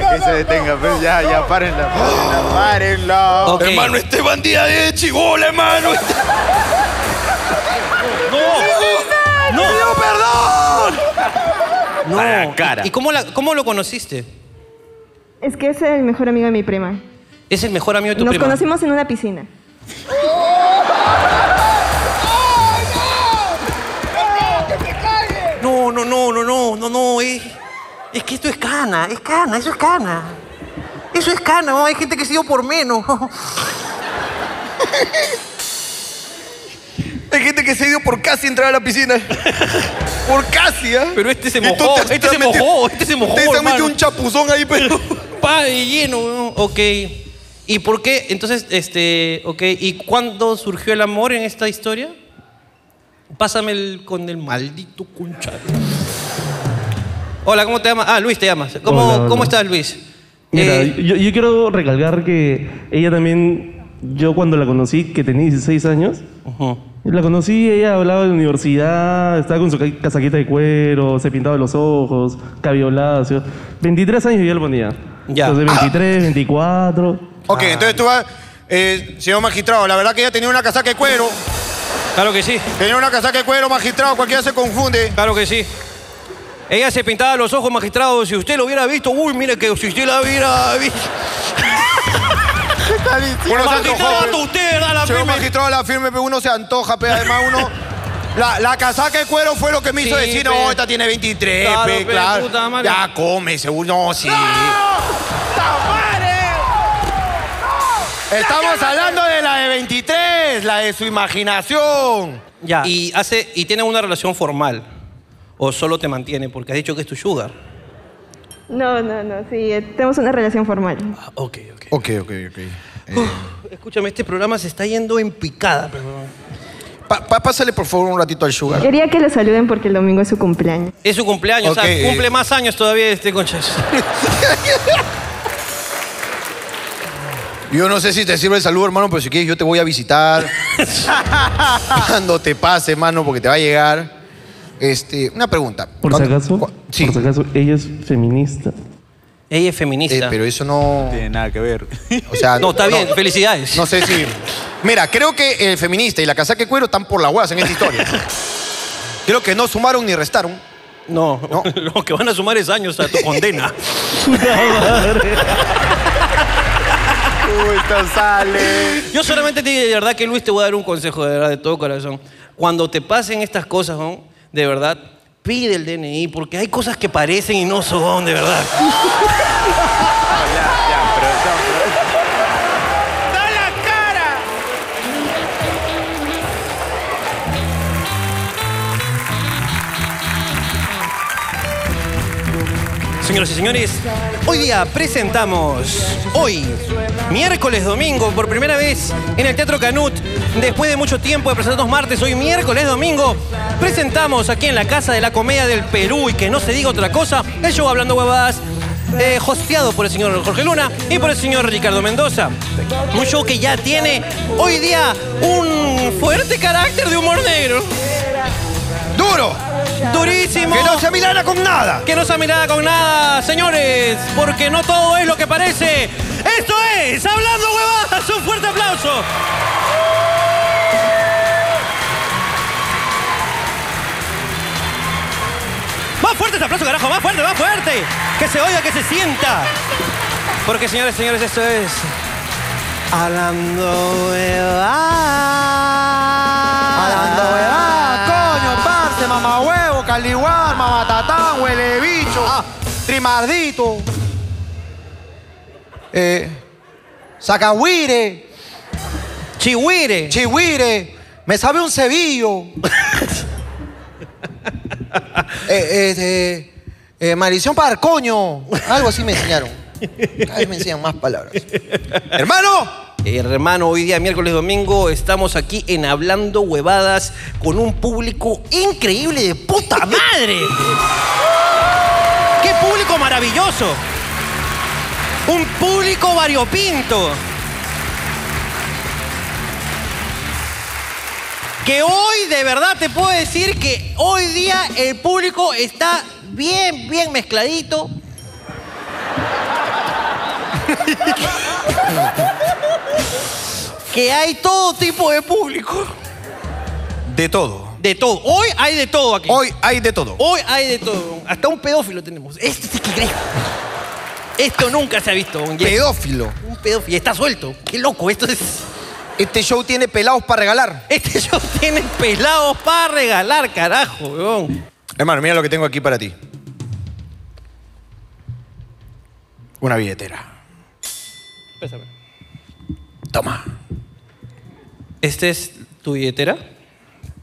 [SPEAKER 9] Ya que se detenga, pues ya, ya, párenla, párenla, párenla.
[SPEAKER 2] Ok.
[SPEAKER 11] Hermano, este bandida de chibola, hermano.
[SPEAKER 2] ¡No! ¡No!
[SPEAKER 11] ¡Pido perdón!
[SPEAKER 2] No.
[SPEAKER 11] Para la cara.
[SPEAKER 2] ¿Y cómo, la- cómo lo conociste?
[SPEAKER 10] Es que es el mejor amigo de mi prima.
[SPEAKER 2] Es el mejor amigo de tu
[SPEAKER 10] Nos
[SPEAKER 2] prima.
[SPEAKER 10] conocimos en una piscina.
[SPEAKER 2] No, no, no, no, no, no, no. Es, es que esto es cana, es cana, eso es cana. Eso es cana, ¿no? hay gente que se dio por menos.
[SPEAKER 1] Hay gente que se dio por casi entrar a la piscina. por casi, ¿ah?
[SPEAKER 2] Pero este se
[SPEAKER 1] Y tú
[SPEAKER 2] mojó,
[SPEAKER 1] te-
[SPEAKER 2] este
[SPEAKER 1] te
[SPEAKER 2] se
[SPEAKER 1] has metido-
[SPEAKER 2] mojó, este se mojó,
[SPEAKER 1] Te has metido
[SPEAKER 2] hermano.
[SPEAKER 1] un chapuzón ahí, pero.
[SPEAKER 2] Pa, de lleno, ¿no? ok. ¿Y por qué? Entonces, este, ok. ¿Y cuándo surgió el amor en esta historia? Pásame el, con el maldito concha. Hola, ¿cómo te llamas? Ah, Luis te llamas. ¿Cómo,
[SPEAKER 13] Hola, hola.
[SPEAKER 2] ¿cómo estás, Luis?
[SPEAKER 13] Mira,
[SPEAKER 2] Eh,
[SPEAKER 13] yo, yo quiero recalcar que ella también, yo cuando la conocí, que tenía 16 años, la conocí, ella hablaba de la universidad, estaba con su ca- casaqueta de cuero, se pintaba los ojos, cabello lacio. 23 años yo le ponía.
[SPEAKER 2] Ya. Ah,
[SPEAKER 13] Entonces 23, 24.
[SPEAKER 1] Ok, entonces tú vas. eh, señor magistrado, la verdad que ella tenía una casaca de cuero.
[SPEAKER 2] claro que sí,
[SPEAKER 1] Tenía una casaca de cuero, magistrado, cualquiera se confunde.
[SPEAKER 2] claro que sí. Ella se pintaba los ojos, magistrado. Si usted lo hubiera visto, uy, mire que si usted la hubiera visto.
[SPEAKER 9] Está diciendo.
[SPEAKER 1] Uno se antojó,
[SPEAKER 2] Magistrado,
[SPEAKER 1] pe.
[SPEAKER 2] usted a la
[SPEAKER 1] Señor
[SPEAKER 2] firme.
[SPEAKER 1] magistrado, la firme, pe, uno se antoja, pero además uno. La, la casaca de cuero fue lo que me hizo
[SPEAKER 2] Sí,
[SPEAKER 1] decir,
[SPEAKER 2] pe.
[SPEAKER 1] no, esta tiene 23,
[SPEAKER 2] Claro,
[SPEAKER 1] pe,
[SPEAKER 2] pe,
[SPEAKER 1] claro.
[SPEAKER 2] puta madre.
[SPEAKER 1] ya come, seguro. No, sí. Estamos hablando de la de 23, la de su imaginación.
[SPEAKER 2] Ya. Y hace y tiene una relación formal o solo te mantiene porque has dicho que es tu sugar.
[SPEAKER 10] No, no, no, sí, eh, tenemos una relación formal.
[SPEAKER 2] Ah, ok, ok.
[SPEAKER 1] Ok, ok, ok.
[SPEAKER 2] Escúchame, este programa se está yendo en picada, perdón.
[SPEAKER 1] pásale por favor un ratito al sugar.
[SPEAKER 10] Quería que lo saluden porque el domingo es su cumpleaños.
[SPEAKER 2] Es su cumpleaños, o
[SPEAKER 1] Ok,
[SPEAKER 2] sea,
[SPEAKER 1] eh.
[SPEAKER 2] cumple más años todavía este conchas.
[SPEAKER 1] Yo no sé si te sirve el saludo, hermano, pero si quieres yo te voy a visitar. Cuando te pase, hermano, porque te va a llegar. Este, una pregunta.
[SPEAKER 13] Por si
[SPEAKER 1] ¿Cuándo-
[SPEAKER 13] acaso,
[SPEAKER 1] cua- Sí,
[SPEAKER 13] por si acaso, ella es feminista.
[SPEAKER 2] Ella es feminista.
[SPEAKER 1] eh, pero eso no...
[SPEAKER 9] No tiene nada que ver.
[SPEAKER 1] O sea,
[SPEAKER 2] no, está bien, felicidades.
[SPEAKER 1] No sé si... Mira, creo que el feminista y la casaca de cuero están por las huevas en esta historia. Creo que no sumaron ni restaron.
[SPEAKER 2] No, lo que van a sumar es años a tu condena.
[SPEAKER 9] Uy, esto sale.
[SPEAKER 2] Yo solamente te digo de verdad que Luis te voy a dar un consejo de verdad de todo corazón. Cuando te pasen estas cosas, ¿no? de verdad, pide el DNI porque hay cosas que parecen y no son, de verdad.
[SPEAKER 9] Ya, ya, pero, no, pero-
[SPEAKER 11] ¡Da la
[SPEAKER 2] Señoras y señores, hoy día presentamos, hoy, miércoles, domingo, por primera vez en el Teatro Canut, después de mucho tiempo de presentarnos martes, hoy miércoles, domingo, presentamos aquí en la Casa de la Comedia del Perú y que no se diga otra cosa, el show Hablando Huevadas, eh, hosteado por el señor Jorge Luna y por el señor Ricardo Mendoza. Un show que ya tiene hoy día un fuerte carácter de humor negro. ¡Duro! ¡Durísimo!
[SPEAKER 9] Que no se amilana con nada.
[SPEAKER 2] Que no se amilana con nada, señores, porque no todo es lo que parece. Esto es Hablando Huevadas. Un fuerte aplauso. Más fuerte ese aplauso, carajo, más fuerte, más fuerte. Que se oiga, que se sienta. Porque, señores, señores, esto es. Hablando huevada.
[SPEAKER 9] Hablando huevada, coño, parce, mamá huevo, caliguar, mamá tatán, huele bicho,
[SPEAKER 14] Ah.
[SPEAKER 9] trimardito.
[SPEAKER 1] Eh, sacahuire.
[SPEAKER 2] Chihuire.
[SPEAKER 1] Chihuire. Me sabe un cebillo. eh, eh, eh, eh, maldición para el coño. Algo así me enseñaron. Cada vez me enseñan más palabras.
[SPEAKER 2] ¡Hermano! Eh, Hermano, hoy día, miércoles, domingo, estamos aquí en Hablando Huevadas con un público increíble de puta madre. ¡Qué público maravilloso! Un público variopinto. Que hoy, de verdad, te puedo decir que hoy día el público está bien, bien mezcladito. que hay todo tipo de público.
[SPEAKER 14] De todo.
[SPEAKER 2] De todo. Hoy hay de todo aquí.
[SPEAKER 14] Hoy hay de todo.
[SPEAKER 2] Hoy hay de todo. Hasta un pedófilo tenemos. Esto sí que creo. Esto nunca se ha visto. Un
[SPEAKER 1] Pedófilo.
[SPEAKER 2] Un pedófilo. Y está suelto. Qué loco. Esto es.
[SPEAKER 1] Este show tiene pelados para regalar.
[SPEAKER 2] Este show tiene pelados para regalar, carajo, weón.
[SPEAKER 14] Hermano, mira lo que tengo aquí para ti. Una billetera.
[SPEAKER 2] Pésame.
[SPEAKER 14] Toma.
[SPEAKER 2] ¿Este es tu billetera?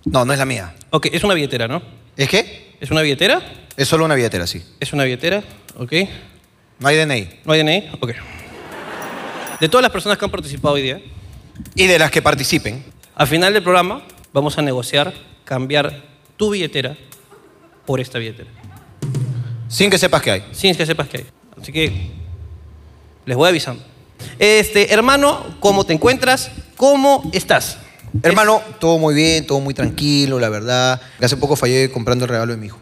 [SPEAKER 1] No, no es la mía.
[SPEAKER 2] Ok, es una billetera, ¿no?
[SPEAKER 1] ¿Es qué?
[SPEAKER 2] ¿Es una billetera?
[SPEAKER 1] Es solo una billetera, sí.
[SPEAKER 2] ¿Es una billetera? Ok.
[SPEAKER 1] No hay DNI.
[SPEAKER 2] ¿No hay DNI? Ok. De todas las personas que han participado hoy día,
[SPEAKER 1] Y de las que participen.
[SPEAKER 2] al final del programa vamos a negociar cambiar tu billetera por esta billetera.
[SPEAKER 1] Sin que sepas que hay.
[SPEAKER 2] Sin que sepas que hay. Así que les voy avisando. Este, hermano, ¿cómo te encuentras? ¿Cómo estás?
[SPEAKER 1] Hermano, todo muy bien, todo muy tranquilo, la verdad. Hace poco fallé comprando el regalo de mi hijo.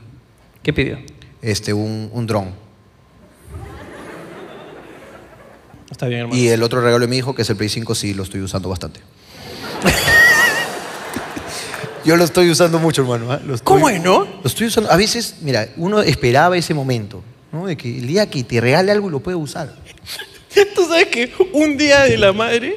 [SPEAKER 2] ¿Qué pidió?
[SPEAKER 1] Este, un, un dron.
[SPEAKER 2] Está bien, hermano.
[SPEAKER 1] Y el otro regalo de mi hijo, que es el Play 5, sí lo estoy usando bastante. Yo lo estoy usando mucho, hermano. ¿ah? Lo estoy-
[SPEAKER 2] ¿Cómo es, no?
[SPEAKER 1] Lo estoy usando. A veces, mira, uno esperaba ese momento, ¿no? De que el día que te regale algo lo puede usar.
[SPEAKER 2] Tú sabes que un día de la madre,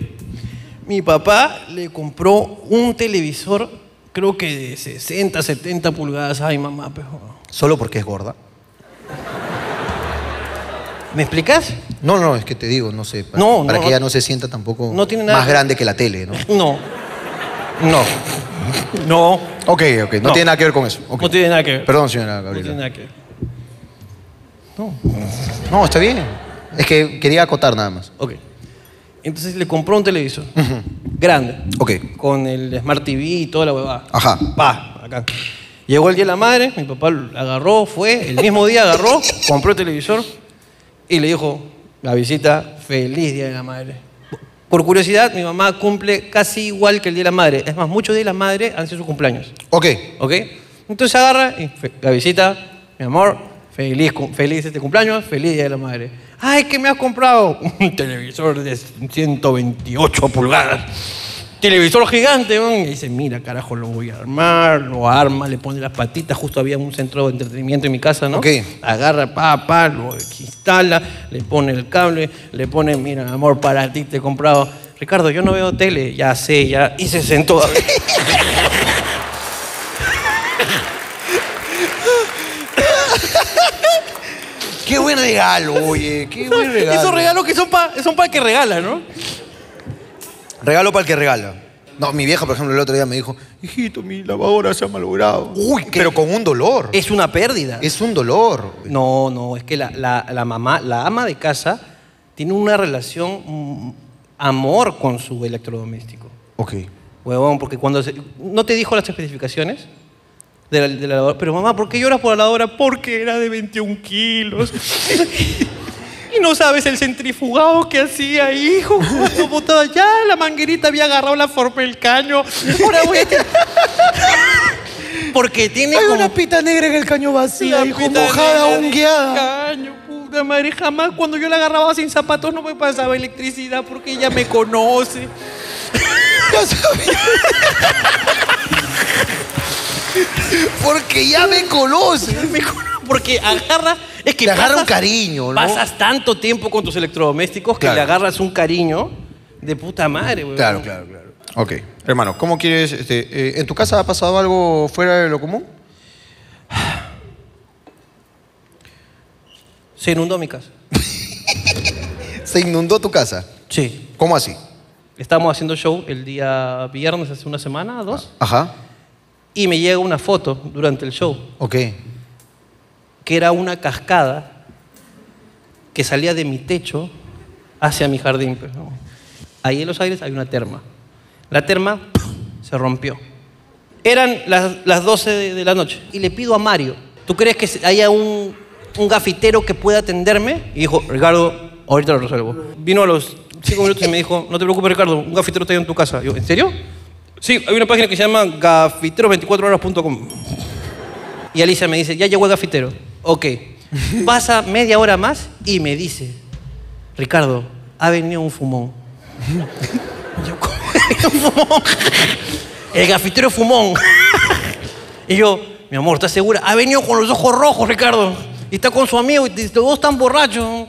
[SPEAKER 2] mi papá le compró un televisor, creo que de 60, 70 pulgadas. Ay, mamá, pejo.
[SPEAKER 1] Solo porque es gorda.
[SPEAKER 2] ¿Me explicas?
[SPEAKER 1] No, no, es que te digo, no sé. Para,
[SPEAKER 2] No,
[SPEAKER 1] para
[SPEAKER 2] no,
[SPEAKER 1] que ella
[SPEAKER 2] no.
[SPEAKER 1] no se sienta tampoco
[SPEAKER 2] No tiene nada
[SPEAKER 1] más
[SPEAKER 2] que-
[SPEAKER 1] grande que la tele, ¿no?
[SPEAKER 2] No. No. No.
[SPEAKER 1] Ok, ok, no,
[SPEAKER 2] No.
[SPEAKER 1] tiene nada que ver con eso. ok.
[SPEAKER 2] No tiene nada que ver.
[SPEAKER 1] Perdón, señora
[SPEAKER 2] No tiene
[SPEAKER 1] Gabriela.
[SPEAKER 2] nada que ver.
[SPEAKER 1] No, está bien. Es que quería acotar nada más.
[SPEAKER 2] Ok. Entonces le compró un televisor. Grande.
[SPEAKER 1] Ok,
[SPEAKER 2] Con el Smart TV y toda la huevada.
[SPEAKER 1] ajá.
[SPEAKER 2] Pa, acá. Llegó el día de la madre, mi papá lo agarró, fue, el mismo día agarró, compró el televisor y le dijo, la visita, feliz día de la madre. Por curiosidad, mi mamá cumple casi igual que el día de la madre. Es más, muchos días de la madre han sido sus cumpleaños.
[SPEAKER 1] Ok,
[SPEAKER 2] ¿Ok? Entonces agarra y fe- la visita, mi amor, feliz, cum- feliz este cumpleaños, feliz día de la madre. Ay, ¿qué me has comprado? Un televisor de 128 pulgadas. Televisor gigante, weón. Y dice, mira, carajo, lo voy a armar, lo arma, le pone las patitas. Justo había un centro de entretenimiento en mi casa, ¿no?
[SPEAKER 1] Ok.
[SPEAKER 2] Agarra, pa, pa, lo instala, le pone el cable, le pone, mira, amor, para ti te he comprado. Ricardo, yo no veo tele. Ya sé, ya. Y se sentó. a ver.
[SPEAKER 1] Qué buen regalo, oye. Qué buen regalo.
[SPEAKER 2] Esos regalos que son para son pa que regala, ¿no?
[SPEAKER 1] Regalo para el que regala. No, mi vieja, por ejemplo, el otro día me dijo, hijito, mi lavadora se ha malogrado. Uy, Eh. pero con un dolor.
[SPEAKER 2] Es una pérdida.
[SPEAKER 1] Es un dolor.
[SPEAKER 2] No, no, es que la, la- la mamá, la ama de casa, tiene una relación mm, amor con su electrodoméstico.
[SPEAKER 1] Ok.
[SPEAKER 2] Huevón, porque cuando se- no te dijo las especificaciones de la, de la lavadora, pero mamá, ¿por qué lloras por la lavadora? Porque era de 21 kilos. y no sabes el centrifugado que hacía, hijo. cuando botaba- ya la manguerita había agarrado la forma del caño. Ahora voy a echar- Porque tiene
[SPEAKER 9] Hay
[SPEAKER 2] como-
[SPEAKER 9] una pita negra en el caño vacía,
[SPEAKER 2] la
[SPEAKER 9] hijo,
[SPEAKER 2] pita
[SPEAKER 9] mojada,
[SPEAKER 2] negra de
[SPEAKER 9] hongueada.
[SPEAKER 2] Caño, puta madre, jamás cuando yo la agarraba sin zapatos no me pasaba electricidad porque ella me conoce.
[SPEAKER 1] Ya sabía. Porque ya me conoce.
[SPEAKER 2] Porque agarra, es que
[SPEAKER 1] Le agarra
[SPEAKER 2] pasas-
[SPEAKER 1] un cariño, ¿no?
[SPEAKER 2] Pasas tanto tiempo con tus electrodomésticos que
[SPEAKER 14] Claro.
[SPEAKER 2] le agarras un cariño de puta madre, weón.
[SPEAKER 14] Claro, claro,
[SPEAKER 1] claro.
[SPEAKER 14] Ok.
[SPEAKER 1] Hermano, ¿cómo quieres? este, eh, ¿En tu casa ha pasado algo fuera de lo común?
[SPEAKER 2] Se inundó mi casa.
[SPEAKER 1] ¿Se inundó tu casa?
[SPEAKER 2] Sí.
[SPEAKER 1] ¿Cómo así?
[SPEAKER 2] Estábamos haciendo show el día viernes hace una semana, dos,
[SPEAKER 1] Ajá.
[SPEAKER 2] y me llega una foto durante el show
[SPEAKER 1] Ok.
[SPEAKER 2] que era una cascada que salía de mi techo hacia mi jardín. pues, ¿no? Ahí en Los Aires hay una terma. La terma se rompió. Eran las, las 12 de, de la noche. Y le pido a Mario, ¿tú crees que se- haya un, un gafitero que pueda atenderme? Y dijo, Ricardo, ahorita lo resuelvo. Vino a los 5 minutos y me dijo, no te preocupes Ricardo, un gafitero está ahí en tu casa. Yo, ¿en serio? Sí, hay una página que se llama gafiteros24horas.com. Y Alicia me dice, ya llegó el gafitero. Ok. Pasa media hora más y me dice, Ricardo, ha venido un fumón. Yo, "¿Cómo ha venido un fumón? El gafitero fumón. Y yo, mi amor, ¿estás segura? Ha venido con los ojos rojos, Ricardo. Y está con su amigo y t- todos están borrachos.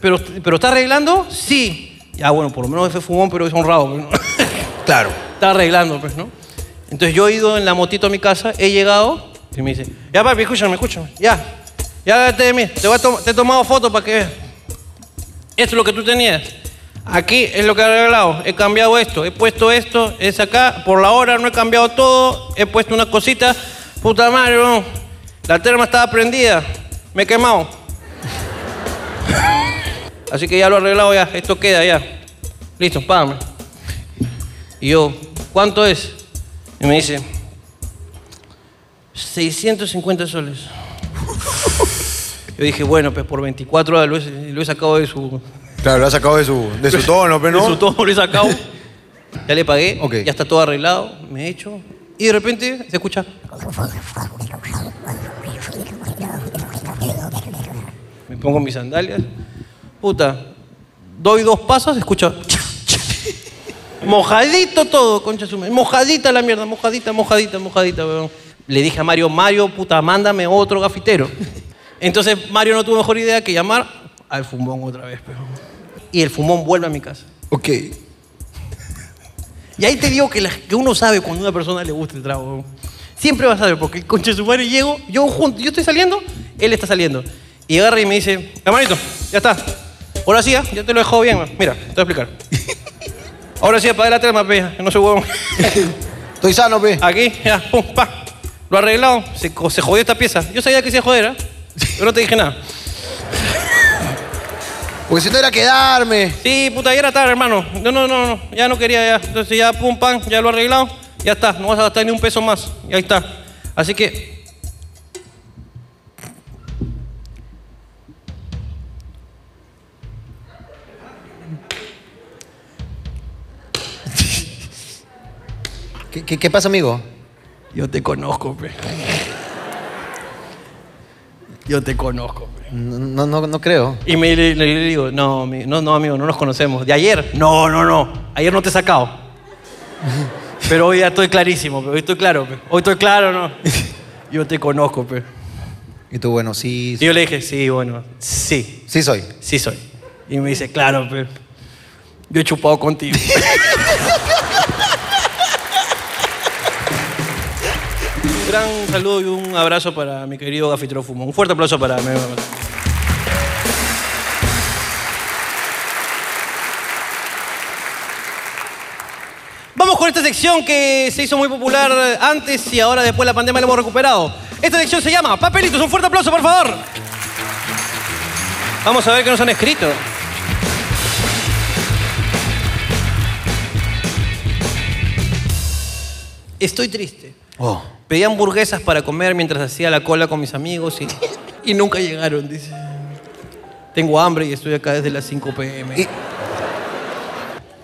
[SPEAKER 2] ¿Pero, pero está arreglando? Sí. Ya, bueno, por lo menos fue fumón, pero es honrado. pues, ¿no?
[SPEAKER 1] Claro.
[SPEAKER 2] Está arreglando, pues, ¿no? Entonces yo he ido en la motito a mi casa, he llegado y me dice, ya papi, escúchame, escúchame, ya, ya date de mí, te, voy a tom- te he tomado fotos para que veas. Esto es lo que tú tenías. Aquí es lo que he arreglado, he cambiado esto, he puesto esto, es acá, por la hora no he cambiado todo, he puesto unas cositas, puta madre, no. la terma estaba prendida, me he quemado. Así que ya lo he arreglado ya, esto queda ya. Listo, págame. Y yo, ¿cuánto es? Y me dice, 650 soles. Yo dije, bueno, pues por 24 horas lo he, lo he sacado de su...
[SPEAKER 14] Claro, lo has sacado de su, de su tono, pero
[SPEAKER 2] De su
[SPEAKER 14] no.
[SPEAKER 2] tono lo he sacado. Ya le pagué, ya está todo arreglado, me he hecho. Y de repente se escucha... Me pongo mis sandalias. Puta, doy dos pasos, escucho... Mojadito todo, concha su madre. Mojadita la mierda, mojadita, mojadita, mojadita, weón. Le dije a Mario, Mario, puta, mándame otro gafitero. Entonces Mario no tuvo mejor idea que llamar al fumón otra vez, pero. Y el fumón vuelve a mi casa.
[SPEAKER 1] Ok.
[SPEAKER 2] Y ahí te digo que, la- que uno sabe cuando a una persona le gusta el trago. weón. Siempre vas a saber, porque el concha de su madre llego, yo junto, yo estoy saliendo, él está saliendo. Y agarra y me dice, hermanito, ya está. Ahora sí, ¿ah? ya te lo dejo bien, weón. mira, te voy a explicar. Ahora sí, apaga la terma, pe, no se huevón.
[SPEAKER 1] Estoy sano, pe.
[SPEAKER 2] Aquí, ya, pum, pa. Lo arreglado, se, co- se jodió esta pieza. Yo sabía que se iba a joder, ¿ah? Yo no te dije nada.
[SPEAKER 1] Porque si no era quedarme.
[SPEAKER 2] Sí, puta, ya era tarde, hermano. No, no, no, no, ya no quería, ya. Entonces ya, pum, pam, ya lo arreglado, ya está. No vas a gastar ni un peso más. Y ahí está. Así que...
[SPEAKER 1] ¿Qué, qué- qué pasa, amigo?
[SPEAKER 2] Yo te conozco, pe. Yo te conozco.
[SPEAKER 1] No, no, no creo.
[SPEAKER 2] Y me, le, le- le digo, no, mi- no, no, amigo, no nos conocemos. ¿De ayer? No, no, no. Ayer no te he sacado. Pero hoy ya estoy clarísimo, pe. hoy estoy claro, pe. hoy estoy claro, ¿no? Yo te conozco, pe.
[SPEAKER 1] Y tú, bueno, sí.
[SPEAKER 2] Y yo le dije, sí, bueno, sí.
[SPEAKER 1] Sí soy.
[SPEAKER 2] Sí soy. Y me dice, claro, pero yo he chupado contigo. un gran saludo y un abrazo para mi querido Gafitero Fumón. Un fuerte aplauso para mí. Vamos con esta sección que se hizo muy popular antes y ahora después de la pandemia la hemos recuperado. Esta sección se llama Papelitos. Un fuerte aplauso, por favor. Vamos a ver qué nos han escrito. Estoy triste.
[SPEAKER 1] Oh.
[SPEAKER 2] Pedí hamburguesas para comer mientras hacía la cola con mis amigos y, y nunca llegaron, dice. Tengo hambre y estoy acá desde las 5 pm.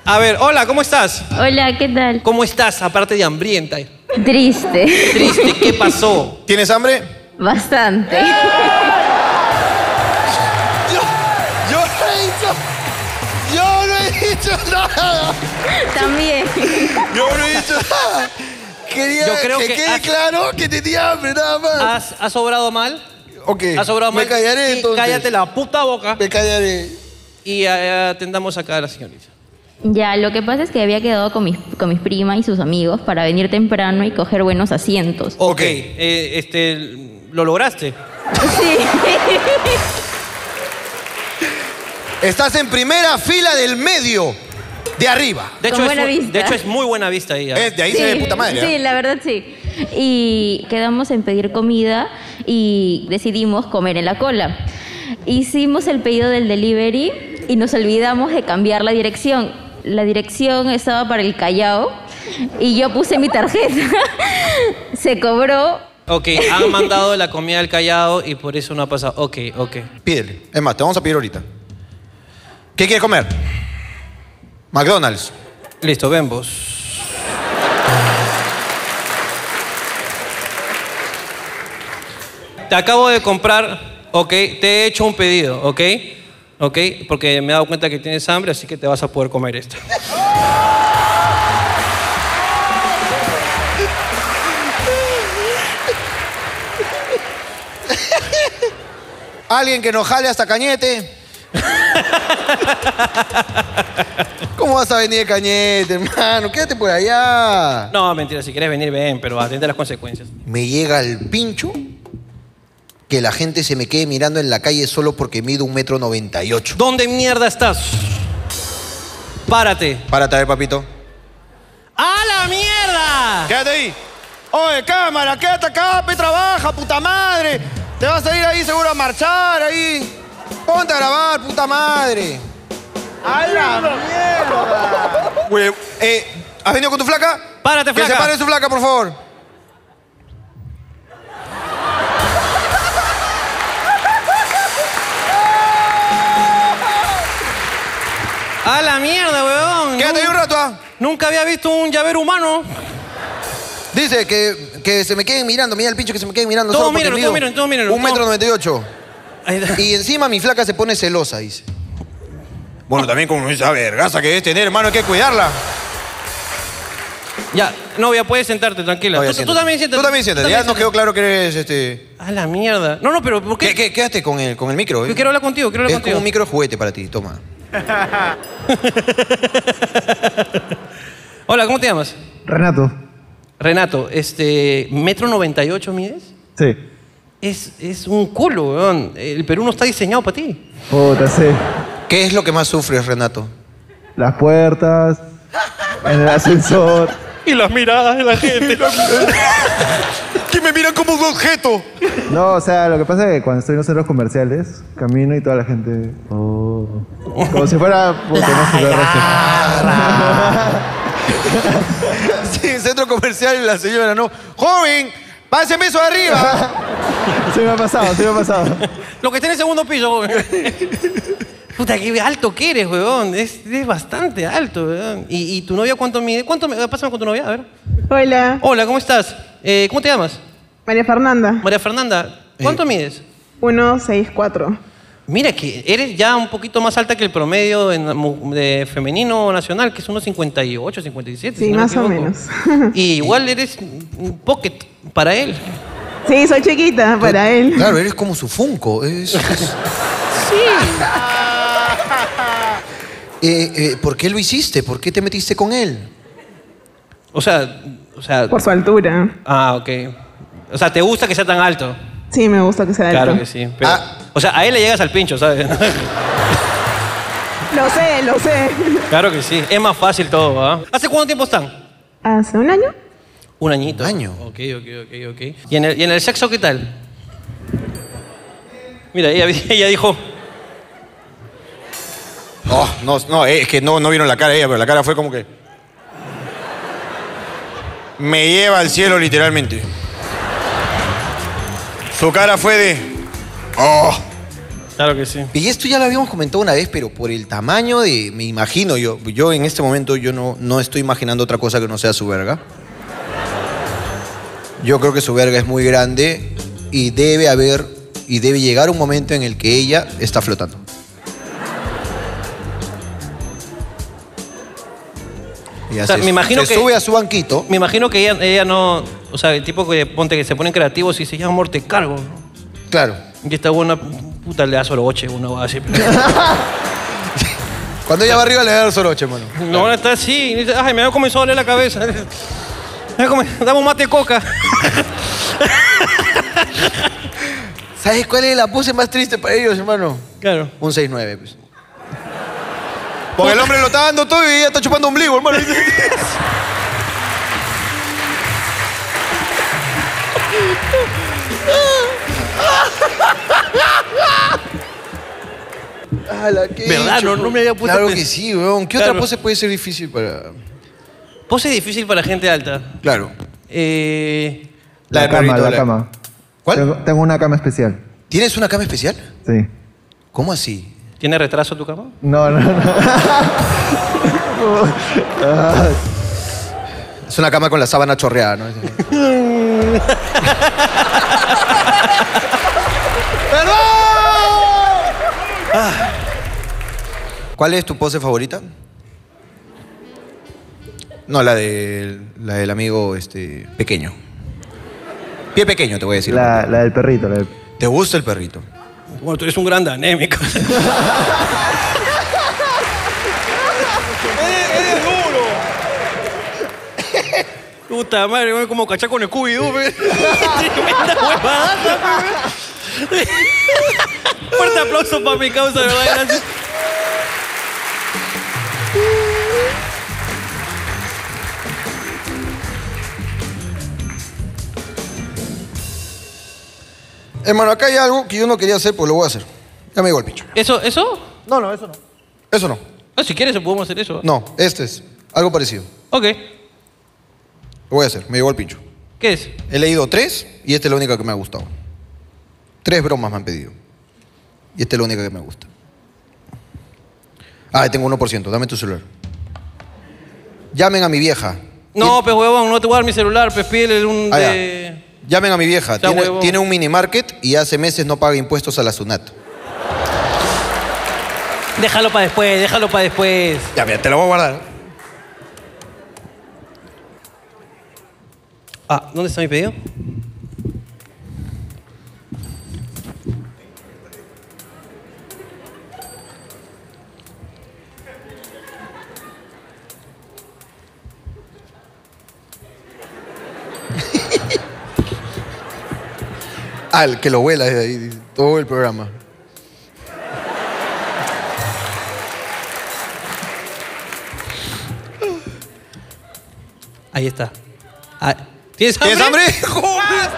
[SPEAKER 2] A ver, hola, ¿cómo estás?
[SPEAKER 3] Hola, ¿qué tal?
[SPEAKER 2] ¿Cómo estás, aparte de hambrienta?
[SPEAKER 3] Triste.
[SPEAKER 2] Triste, ¿qué pasó?
[SPEAKER 1] ¿Tienes hambre?
[SPEAKER 3] Bastante.
[SPEAKER 9] Yo no he dicho. Yo no he dicho nada.
[SPEAKER 3] También.
[SPEAKER 9] Yo no he dicho nada. Quería
[SPEAKER 2] Yo creo
[SPEAKER 9] que,
[SPEAKER 2] que
[SPEAKER 9] quede
[SPEAKER 2] has-
[SPEAKER 9] claro que tenía hambre, nada más.
[SPEAKER 2] ¿Has, has obrado mal?
[SPEAKER 9] Ok.
[SPEAKER 2] ¿Has obrado mal?
[SPEAKER 9] Me callaré
[SPEAKER 2] Sí,
[SPEAKER 9] entonces.
[SPEAKER 2] Cállate la puta boca. Me
[SPEAKER 9] callaré.
[SPEAKER 2] Y eh, atendamos acá a la señorita.
[SPEAKER 15] Ya, lo que pasa es que había quedado con mis, con mis primas y sus amigos para venir temprano y coger buenos asientos.
[SPEAKER 1] Oh.
[SPEAKER 2] Ok. eh, este, ¿Lo lograste?
[SPEAKER 1] Estás en primera fila del medio, de arriba.
[SPEAKER 2] De hecho,
[SPEAKER 15] Con
[SPEAKER 2] es,
[SPEAKER 15] buena
[SPEAKER 2] mu-
[SPEAKER 15] vista.
[SPEAKER 2] de hecho, es muy buena vista ahí. ¿eh?
[SPEAKER 15] Sí, Sí, la verdad sí. Y quedamos en pedir comida y decidimos comer en la cola. Hicimos el pedido del delivery y nos olvidamos de cambiar la dirección. La dirección estaba para el Callao y yo puse mi tarjeta. Se cobró.
[SPEAKER 2] ah. Ok, han mandado la comida al callado y por eso no ha pasado. Ok, ok.
[SPEAKER 1] Pídele. ¿ah? Es más, te vamos a pedir ahorita. ¿Qué quieres comer? McDonald's.
[SPEAKER 2] Listo, ven vos. Te acabo de comprar, ok, te he hecho un pedido, ok, ok, porque me he dado cuenta que tienes hambre, así que te vas a poder comer esto.
[SPEAKER 1] Alguien que nos jale hasta Cañete. ¿Cómo vas a venir de Cañete, hermano? Quédate por allá.
[SPEAKER 2] No, mentira, si quieres venir, ven, pero atente a las consecuencias.
[SPEAKER 1] Me llega el pincho que la gente se me quede mirando en la calle solo porque mido un metro noventa y ocho.
[SPEAKER 2] ¿Dónde mierda estás? Párate.
[SPEAKER 1] Párate, a ver, papito.
[SPEAKER 2] ¡A la mierda!
[SPEAKER 9] Quédate ahí. Oye, cámara, quédate acá, pe, trabaja, puta madre. Te vas a ir ahí seguro a marchar ahí.
[SPEAKER 1] Ponte a grabar, puta madre.
[SPEAKER 9] ¡A la mierda!
[SPEAKER 1] Hue- eh, ¿Has venido con tu flaca?
[SPEAKER 2] Párate,
[SPEAKER 1] Que
[SPEAKER 2] flaca.
[SPEAKER 1] se pare su flaca, por favor.
[SPEAKER 2] ¡A la mierda, weón! Quédate ahí un rato,
[SPEAKER 1] ah.
[SPEAKER 2] Nunca había visto un llavero humano.
[SPEAKER 1] Dice que, que se me queden mirando, mira el pincho que se me queden mirando.
[SPEAKER 2] Todos
[SPEAKER 1] solo porque
[SPEAKER 2] mírenlo,
[SPEAKER 1] mido
[SPEAKER 2] todos mírenlo, todos mírenlo,
[SPEAKER 1] Un metro noventa y ocho. Y encima mi flaca se pone celosa, dice.
[SPEAKER 14] Bueno, también como esa vergaza que debes tener, hermano, hay que cuidarla.
[SPEAKER 2] Ya, novia, puedes sentarte, tranquila.
[SPEAKER 1] Oye,
[SPEAKER 2] Tú- tú,
[SPEAKER 1] siéntate.
[SPEAKER 2] también siéntate.
[SPEAKER 1] Tú también siéntate. Ya nos quedó claro que eres este.
[SPEAKER 2] A la mierda. No, no, pero ¿por qué?
[SPEAKER 1] Quédate con el, con el micro, ¿eh?
[SPEAKER 2] Yo quiero hablar contigo, quiero
[SPEAKER 1] es como
[SPEAKER 2] hablar contigo.
[SPEAKER 1] un micro juguete para ti, toma.
[SPEAKER 2] Hola, ¿cómo te llamas?
[SPEAKER 6] Renato.
[SPEAKER 2] Renato, este, metro 98 mides.
[SPEAKER 6] Sí.
[SPEAKER 2] Es, es un culo, weón. El Perú no está diseñado para ti.
[SPEAKER 6] Puta, sí.
[SPEAKER 1] ¿Qué es lo que más sufres, Renato?
[SPEAKER 6] Las puertas, en el ascensor.
[SPEAKER 2] Y las miradas de la gente.
[SPEAKER 14] que me miran como un objeto.
[SPEAKER 6] No, o sea, lo que pasa es que cuando estoy en los centros comerciales, camino y toda la gente. "Oh". Como si fuera. puta, no sé, de
[SPEAKER 1] sí, centro comercial, la señora, no. ¡Joven! ¡Páseme eso arriba!
[SPEAKER 6] resto. Se me ha pasado, se me ha pasado.
[SPEAKER 2] Lo que está en el segundo piso, weón. Puta, qué alto que eres, weón. Es, es bastante alto, weón. ¿Y, y tu novia cuánto mide? ¿Cuánto me- Pásame con tu novia, a ver.
[SPEAKER 10] Hola,
[SPEAKER 2] Hola, ¿cómo estás? Eh, ¿Cómo te llamas?
[SPEAKER 10] María Fernanda.
[SPEAKER 2] María Fernanda, ¿cuánto mides?
[SPEAKER 10] 164.
[SPEAKER 2] Mira que eres ya un poquito más alta que el promedio en mu- de femenino nacional, que es unos 58, 57.
[SPEAKER 10] Sí,
[SPEAKER 2] si no me
[SPEAKER 10] más o
[SPEAKER 2] equivoco.
[SPEAKER 10] menos.
[SPEAKER 2] Y igual eres un pocket para él.
[SPEAKER 10] Sí, soy chiquita para él.
[SPEAKER 1] Claro, eres como su Funko. es- es- Eh, eh, ¿Por qué lo hiciste? ¿Por qué te metiste con él?
[SPEAKER 2] O sea, o sea.
[SPEAKER 10] Por su altura.
[SPEAKER 2] Ah, ok. O sea, ¿te gusta que sea tan alto?
[SPEAKER 10] Sí, me gusta que sea alto.
[SPEAKER 2] Claro que sí. pero-
[SPEAKER 1] Ah.
[SPEAKER 2] O sea, a él le llegas al pincho, ¿sabes?
[SPEAKER 10] Lo sé, lo sé.
[SPEAKER 2] claro que sí. Es más fácil todo, ¿ah? ¿Hace cuánto tiempo están?
[SPEAKER 10] ¿Hace un año?
[SPEAKER 2] Un añito. Un año. Ok, ok, ok, ok. ¿Y en el, y en el sexo qué tal? Mira, ella, ella dijo,
[SPEAKER 14] Oh, no, no, eh, es que no, no vieron la cara de ella, pero la cara fue como que. Me lleva al cielo, literalmente. Su cara fue de. Oh.
[SPEAKER 2] Claro que sí.
[SPEAKER 1] Y esto ya lo habíamos comentado una vez, pero por el tamaño de. Me imagino, yo, yo en este momento yo no, no estoy imaginando otra cosa que no sea su verga. Yo creo que su verga es muy grande y debe haber y debe llegar un momento en el que ella está flotando. Y
[SPEAKER 2] O sea,
[SPEAKER 1] así
[SPEAKER 2] me imagino
[SPEAKER 1] se
[SPEAKER 2] que-
[SPEAKER 1] sube a su banquito.
[SPEAKER 2] Me imagino que ella, ella no. O sea, el tipo que ponte que se ponen creativos y dice, ya amor, te cargo.
[SPEAKER 1] Claro.
[SPEAKER 2] Y esta buena puta le da soroche, una va así.
[SPEAKER 1] Cuando ella va arriba le da el soroche, mano.
[SPEAKER 2] No, ahora está así. y dice, Ay, me ha comenzado a doler la cabeza. Me ha come- Dame un mate de coca.
[SPEAKER 1] ¿Sabes cuál es la pose más triste para ellos, hermano?
[SPEAKER 2] Claro.
[SPEAKER 1] Un 6-9, pues. Porque el hombre lo está dando todo y ella está chupando ombligo, hermano. Ala, qué
[SPEAKER 2] ¿Verdad?
[SPEAKER 1] hecho,
[SPEAKER 2] No- no
[SPEAKER 1] pues.
[SPEAKER 2] me había puesto a
[SPEAKER 1] Claro que
[SPEAKER 2] pensar.
[SPEAKER 1] sí, weón. ¿Qué
[SPEAKER 2] Claro.
[SPEAKER 1] otra pose puede ser difícil para...?
[SPEAKER 2] Pose difícil para gente alta.
[SPEAKER 1] Claro.
[SPEAKER 2] Eh,
[SPEAKER 6] La,
[SPEAKER 1] del
[SPEAKER 6] cama,
[SPEAKER 1] perrito,
[SPEAKER 6] la
[SPEAKER 1] la-
[SPEAKER 6] cama. ¿Cuál? Tengo, tengo una cama especial.
[SPEAKER 1] ¿Tienes una cama especial?
[SPEAKER 6] Sí.
[SPEAKER 1] ¿Cómo así?
[SPEAKER 2] ¿Tiene retraso tu cama?
[SPEAKER 6] No, no, no.
[SPEAKER 1] Ah. Es una cama con la sábana chorreada, ¿no? ¿Cuál es tu pose favorita? No, la del, la del amigo este, pequeño. Pie pequeño, te voy a decir.
[SPEAKER 6] La, la del perrito. La del...
[SPEAKER 1] ¿Te gusta el perrito?
[SPEAKER 2] Bueno, tú eres un gran anémico. ¡Eres duro! Puta madre, güey, como cachar con Scooby-Doo, güey. Tremenda huevada, güey. Fuerte aplauso para mi causa, de verdad, gracias.
[SPEAKER 1] Hermano, acá hay algo que yo no quería hacer, pues lo voy a hacer. Ya me llegó el pincho.
[SPEAKER 2] ¿Eso? ¿Eso?
[SPEAKER 1] No, no, eso no. Eso no.
[SPEAKER 2] No, si quieres podemos hacer eso.
[SPEAKER 1] No, este es. Algo parecido.
[SPEAKER 2] Ok,
[SPEAKER 1] Lo voy a hacer. Me llegó el pincho.
[SPEAKER 2] ¿qué es?
[SPEAKER 1] He leído tres y esta es la única que me ha gustado. Tres bromas me han pedido. Y esta es la única que me gusta. Ah, tengo 1%. Dame tu celular. Llamen a mi vieja.
[SPEAKER 2] No, pues huevón, no te voy a dar mi celular, pues pídele un
[SPEAKER 1] Ah, ya.
[SPEAKER 2] de...
[SPEAKER 1] Llamen a mi vieja.
[SPEAKER 2] Está
[SPEAKER 1] Tiene,
[SPEAKER 2] huevón.
[SPEAKER 1] tiene un mini market y hace meses no paga impuestos a la SUNAT.
[SPEAKER 2] Déjalo para después, déjalo para después.
[SPEAKER 1] Ya, mira, te lo voy a guardar.
[SPEAKER 2] Ah, ¿dónde está mi pedido?
[SPEAKER 1] Ah, el que lo vuela desde ahí, dice, todo el programa.
[SPEAKER 2] Ahí está. Ah, ¿Tienes hambre?
[SPEAKER 9] ¿Tienes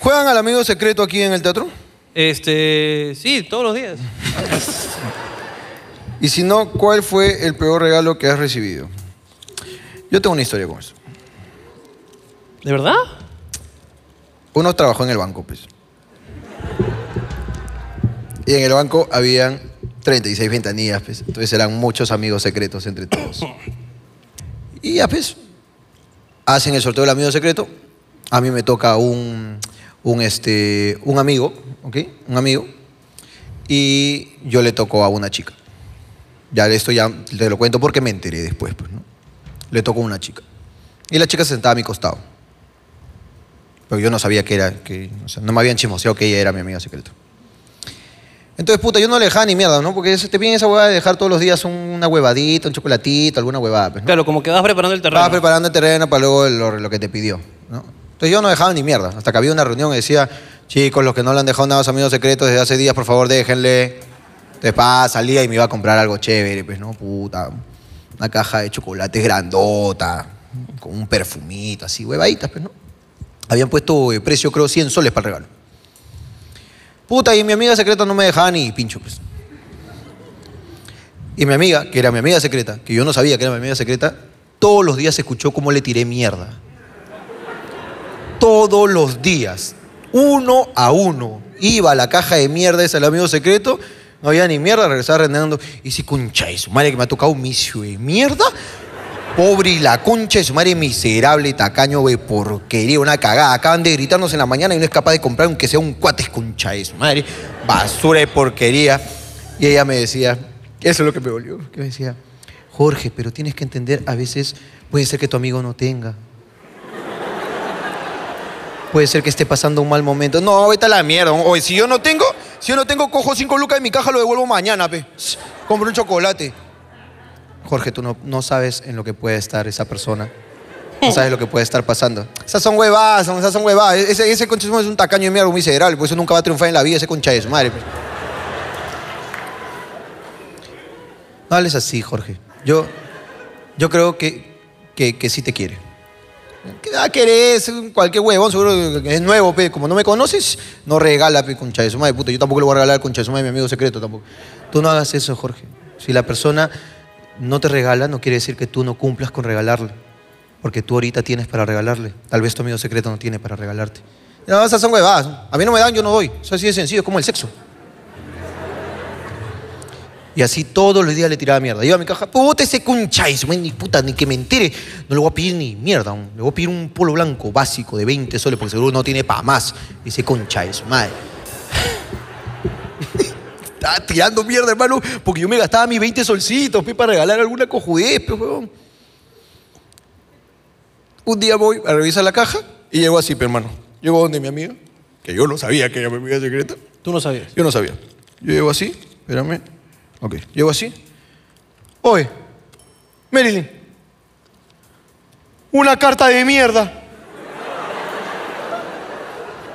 [SPEAKER 1] ¿Juegan al amigo secreto aquí en el teatro?
[SPEAKER 2] Este, sí, todos los días.
[SPEAKER 1] Y si no, ¿cuál fue el peor regalo que has recibido? Yo tengo una historia con eso.
[SPEAKER 2] ¿De verdad?
[SPEAKER 1] Uno trabajó en el banco, pues. Y en el banco habían 36 ventanillas, pues. Entonces eran muchos amigos secretos entre todos. Y ya, pues, hacen el sorteo del amigo secreto. A mí me toca un, un, este, un amigo, ¿ok? Un amigo. Y yo le tocó a una chica. Ya esto ya te lo cuento porque me enteré después, pues, ¿no? Le tocó a una chica. Y la chica se sentaba a mi costado. Pero yo no sabía que era, que, o sea, no me habían chismoseado que ella era mi amiga secreta. Entonces, puta, yo no le dejaba ni mierda, ¿no? Porque ese- te piden esa huevada de dejar todos los días un- una huevadita, un chocolatito, alguna huevada, pues, ¿no?
[SPEAKER 2] Claro, como que vas preparando el terreno.
[SPEAKER 1] Estaba preparando el terreno para luego lo, lo que te pidió. ¿no? Entonces yo no dejaba ni mierda. Hasta que había una reunión y decía, chicos, los que no le han dejado nada a sus amigos secretos desde hace días, por favor, déjenle. Entonces, pa, salía y me iba a comprar algo chévere, pues, ¿no? Puta. Una caja de chocolates grandota, con un perfumito, así, huevaditas, pues, ¿no? Habían puesto eh, precio, creo, 100 soles para el regalo. Puta, y mi amiga secreta no me dejaba ni pincho, pues. Y mi amiga, que era mi amiga secreta, que yo no sabía que era mi amiga secreta, todos los días escuchó cómo le tiré mierda. Todos los días, uno a uno, iba a la caja de mierda ese al amigo secreto, no había ni mierda, regresaba renegando. Y si concha de su madre que me ha tocado un misio de mierda. Pobre y la concha de su madre miserable, tacaño de porquería, una cagada. Acaban de gritarnos en la mañana y no es capaz de comprar aunque sea un cuates concha de su madre. Basura de porquería. Y ella me decía, eso es lo que me volvió, que me decía, Jorge, pero tienes que entender, a veces puede ser que tu amigo no tenga. Puede ser que esté pasando un mal momento. No, vete a la mierda. Oye, si yo no tengo, si yo no tengo, cojo cinco lucas de mi caja, lo devuelvo mañana, pe. Sh, Compro un chocolate. Jorge, tú no, no sabes en lo que puede estar esa persona. No sabes lo que puede estar pasando. Esas son huevadas, son- esas son huevadas. E-, Ese, ese concha de su madre es un tacaño de mierda, un miserable. Por eso nunca va a triunfar en la vida ese concha de su madre. pues. pe. No hables así, Jorge. Yo, yo creo que, que, que sí te quiere. ¿Qué va a querer? Es un- Cualquier huevón, seguro que es nuevo, pe. Como no me conoces, no regala, pe, concha de su madre, puta. Yo tampoco le voy a regalar concha de su madre, mi amigo secreto tampoco. Tú no hagas eso, Jorge. Si la persona no te regala, no quiere decir que tú no cumplas con regalarle. Porque tú ahorita tienes para regalarle. Tal vez tu amigo secreto no tiene para regalarte. No, esas son huevadas. A mí no me dan, yo no doy. Eso así de sencillo, es como el sexo. Y así todos los días le tiraba mierda. Iba a mi caja, "Pues puta ese concha, eso, man, ni puta, ni que me entere. No le voy a pedir ni mierda, man. le voy a pedir un polo blanco básico de 20 soles, porque seguro no tiene para más. Ese concha, eso, madre. Estaba tirando mierda, hermano, porque yo me gastaba mis 20 solcitos, pe, para regalar alguna cojudez, pe, huevón. Un día voy a revisar la caja y llego así, pe, hermano. Llego donde mi amiga, que yo no sabía que era mi amiga secreta.
[SPEAKER 2] Tú no sabías.
[SPEAKER 1] Yo no sabía. Yo llego así, espérame. Ok, llego así. Oye, Marilyn, una carta de mierda.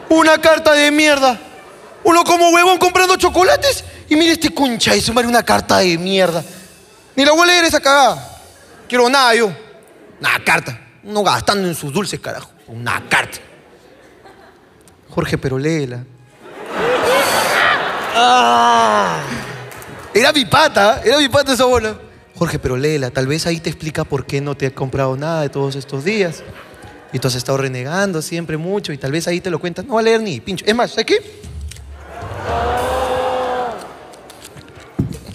[SPEAKER 1] Una carta de mierda. Uno como huevón comprando chocolates y mira este concha y sumarle una carta de mierda. Ni la voy a leer esa cagada. Quiero nada yo. Una carta. Uno gastando en sus dulces, carajo. Una carta. Jorge, pero léela. Ah. Era mi pata, era mi pata esa bola. Jorge, pero léela, tal vez ahí te explica por qué no te has comprado nada de todos estos días. Y tú has estado renegando siempre mucho y tal vez ahí te lo cuentas. No va a leer ni pincho. Es más, ¿sabes qué?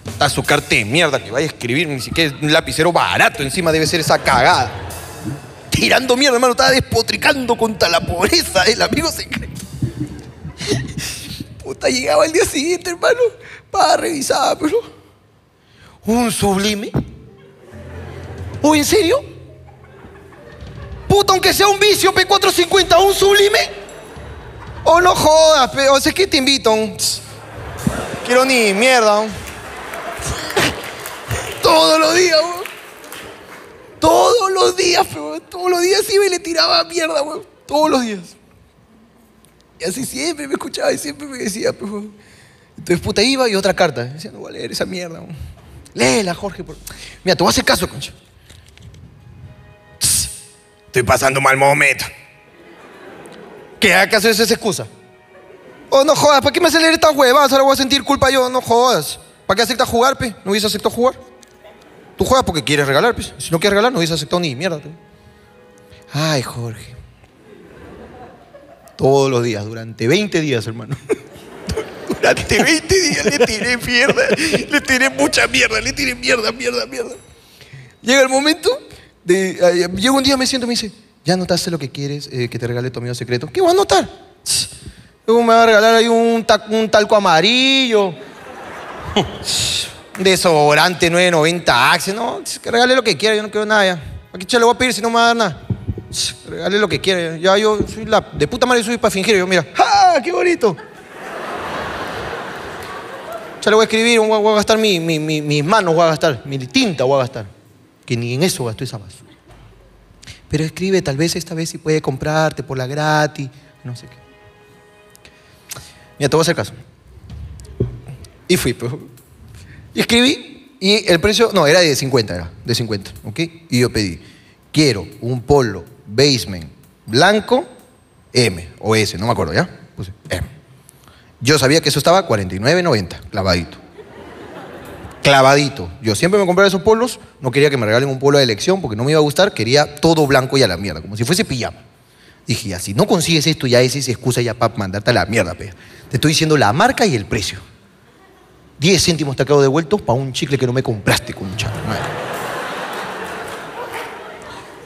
[SPEAKER 14] Está su carta de mierda que vaya a escribir, ni siquiera es un lapicero barato encima debe ser esa cagada.
[SPEAKER 1] Tirando mierda, hermano, estaba despotricando contra la pobreza el amigo secreto. Puta, llegaba el día siguiente, hermano, para revisar, pero... ¿Un sublime? ¿O en serio? Puta, aunque sea un vicio, P450, un sublime. O no jodas, pe, o sea, es que te invito. un tss. Quiero ni mierda. un. Todos los días, weón. Todos los días, pe, weón. Todos los días iba y le tiraba mierda, weón. Todos los días. Y así siempre me escuchaba y siempre me decía, pe, weón. Entonces, puta, iba y otra carta. Decía, no voy a leer esa mierda, weón. Léela, Jorge. por- Mira, te voy a hacer caso, concha.
[SPEAKER 14] Estoy pasando mal momento.
[SPEAKER 1] ¿Qué acaso eso es excusa? Oh, no jodas, ¿para qué me haces leer estas huevadas? Ahora voy a sentir culpa yo, no jodas. ¿Para qué aceptas jugar, pe? ¿No hubiese aceptado jugar? Tú juegas porque quieres regalar, pe. Si no quieres regalar, no hubiese aceptado ni mierda, pe. Ay, Jorge. Todos los días, durante 20 días, hermano.
[SPEAKER 14] Durante 20 días le tiré mierda, le tiré mucha mierda, le tiré mierda, mierda, mierda.
[SPEAKER 1] Llega el momento de. eh, llega un día, me siento y me dice, ¿ya anotaste lo que quieres eh, que te regale tu amigo secreto? ¿Qué voy a anotar? Tss. Luego me va a regalar ahí un, ta- un talco amarillo. Tss. un Desodorante 990 Axe. No, tss, que regale lo que quiera, yo no quiero nada ya. ¿A qué che le voy a pedir si no me va a dar nada? Tss, regale lo que quiera. Ya yo soy la. De puta madre soy para fingir. Yo, mira, ¡ah! ¡Qué bonito! Ya le voy a escribir, voy a, voy a gastar mi- mi- mi- mis manos, voy a gastar, mi tinta voy a gastar. Que ni en eso gastó esa basura. Pero escribe, tal vez esta vez sí puede comprarte por la gratis, no sé qué. Mira, te voy a hacer caso. Y fui, pues. pero Y escribí y el precio, no, era de 50, era de 50, ¿ok? Y yo pedí, quiero un polo basement blanco M o S, no me acuerdo, ¿ya? Puse M. Yo sabía que eso estaba 49.90, clavadito. Clavadito. Yo siempre me compraba esos polos, no quería que me regalen un polo de elección porque no me iba a gustar, quería todo blanco y a la mierda, como si fuese pijama. Dije, ya, si no consigues esto, ya esa es excusa ya para mandarte a la mierda, pe. Te estoy diciendo la marca y el precio. 10 céntimos te acabo devueltos para un chicle que no me compraste, concha. de madre.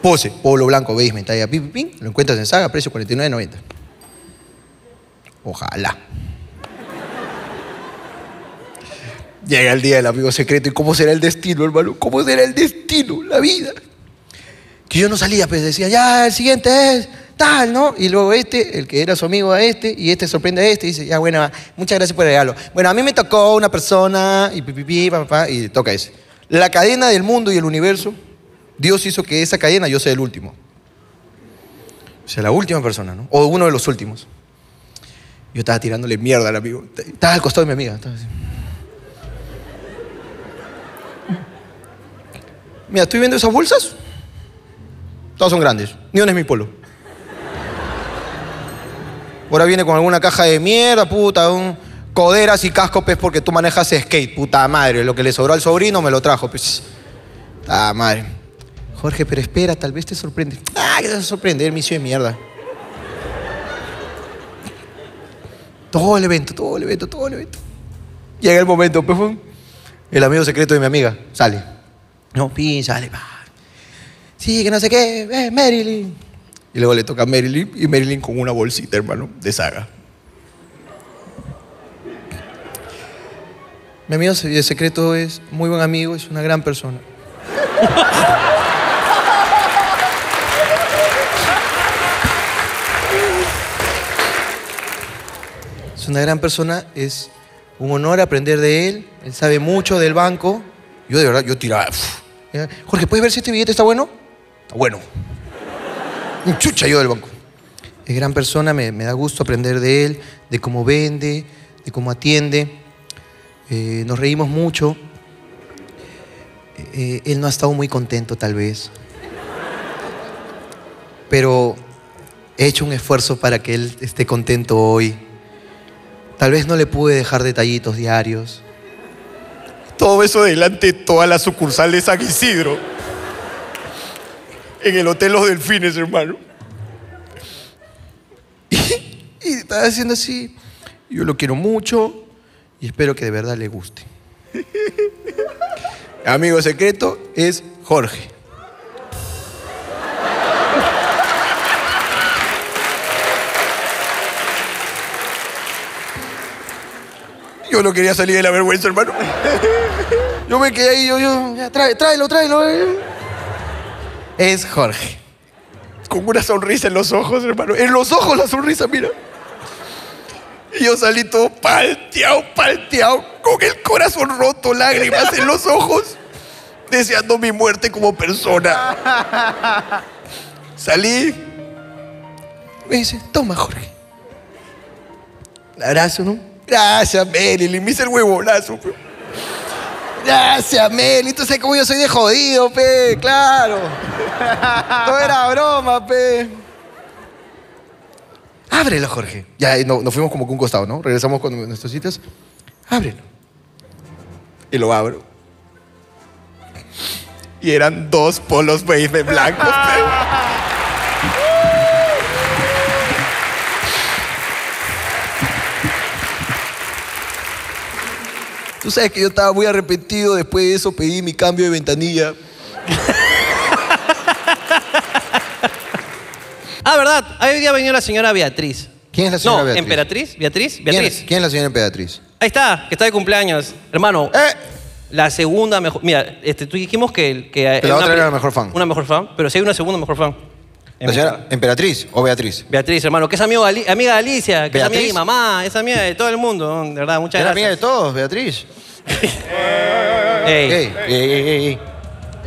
[SPEAKER 1] Pose, polo blanco, basement, talla, pim, pim, pim. Lo encuentras en Saga, precio 49.90. Ojalá. Llega el día del amigo secreto y cómo será el destino, hermano. ¿Cómo será el destino, la vida? Que yo no salía, pues decía, ya, el siguiente es tal, ¿no? Y luego este, el que era su amigo a este, y este sorprende a este, y dice, ya, bueno, muchas gracias por el regalo. Bueno, a mí me tocó una persona, y pipipi, papá, y toca ese. La cadena del mundo y el universo, Dios hizo que esa cadena yo sea el último. O sea, la última persona, ¿no? O uno de los últimos. Yo estaba tirándole mierda al amigo. Estaba al costado de mi amiga. estaba así. Mira, estoy viendo esas bolsas. Todas son grandes. Ni una es mi polo. Ahora viene con alguna caja de mierda, puta, un coderas y casco, pues, porque tú manejas skate, puta madre. Lo que le sobró al sobrino me lo trajo, pues. Ah, madre. Jorge, pero espera, tal vez te sorprende. Ah, que te sorprende, el misión de mierda. Todo el evento, todo el evento, todo el evento. Llega el momento, pues, pum. el amigo secreto de mi amiga sale. No, pin, sale, pa. Sí, que no sé qué, eh, Marilyn. Y luego le toca a Marilyn y Marilyn con una bolsita, hermano, de saga. Mi amigo se- de secreto es muy buen amigo, es una gran persona. Es una gran persona, es un honor aprender de él, él sabe mucho del banco. Yo de verdad, yo tiraba. pf. Era, Jorge, ¿puedes ver si este billete está bueno? Está bueno. Un chucha yo del banco. Es gran persona, me, me da gusto aprender de él, de cómo vende, de cómo atiende. Eh, nos reímos mucho. Eh, él no ha estado muy contento tal vez. Pero he hecho un esfuerzo para que él esté contento hoy. Tal vez no le pude dejar detallitos diarios.
[SPEAKER 14] Todo eso delante de todas las sucursales de San Isidro. En el Hotel Los Delfines, hermano.
[SPEAKER 1] Y estaba haciendo así. Yo lo quiero mucho y espero que de verdad le guste. Amigo secreto es Jorge.
[SPEAKER 14] Yo no quería salir de la vergüenza, hermano.
[SPEAKER 1] Yo me quedé ahí, yo, yo, ya, trae- tráelo, tráelo. eh. Es Jorge.
[SPEAKER 14] Con una sonrisa en los ojos, hermano. En los ojos la sonrisa, mira. Y yo salí todo palteado, palteado, con el corazón roto, lágrimas en los ojos, deseando mi muerte como persona. Salí.
[SPEAKER 1] Me dice, toma, Jorge.
[SPEAKER 14] Un abrazo, ¿no? Gracias, Marilyn. Me hice el huevonazo. pe. Gracias, Marilyn.
[SPEAKER 1] Tú sabes cómo yo soy de jodido, pe, claro. Todo era broma, pe. Ábrelo, Jorge. Ya eh, no- nos fuimos como que un costado, ¿no? Regresamos con nuestros sitios. Ábrelo.
[SPEAKER 14] Y lo abro. Y eran dos polos de blancos.
[SPEAKER 1] Tú sabes que yo estaba muy arrepentido. Después de eso pedí mi cambio de ventanilla.
[SPEAKER 2] Ah, ¿verdad? Ahí día venía la señora Beatriz.
[SPEAKER 1] ¿Quién es la señora
[SPEAKER 2] no,
[SPEAKER 1] Beatriz?
[SPEAKER 2] ¿Emperatriz? ¿Beatriz?
[SPEAKER 1] ¿Quién,
[SPEAKER 2] ¿Beatriz?
[SPEAKER 1] es- quién es la señora Emperatriz?
[SPEAKER 2] Ahí está, que está de cumpleaños. Hermano,
[SPEAKER 1] Eh.
[SPEAKER 2] la segunda mejor... Mira, este, tú dijimos que... que
[SPEAKER 1] Que la otra
[SPEAKER 2] pri-
[SPEAKER 1] era la mejor fan.
[SPEAKER 2] Una mejor fan, pero si hay una segunda mejor fan.
[SPEAKER 1] ¿La señora Emperatriz o Beatriz?
[SPEAKER 2] Beatriz, hermano, que es amigo de Ali- amiga de Alicia, que es amiga de mi
[SPEAKER 1] ¿Beatriz?
[SPEAKER 2] mamá, es amiga de todo el mundo, ¿no? de verdad, muchas
[SPEAKER 1] Era
[SPEAKER 2] gracias.
[SPEAKER 1] amiga de todos, Beatriz.
[SPEAKER 9] Eh,
[SPEAKER 2] Ey.
[SPEAKER 1] Ey, ey, ey, ey, ey.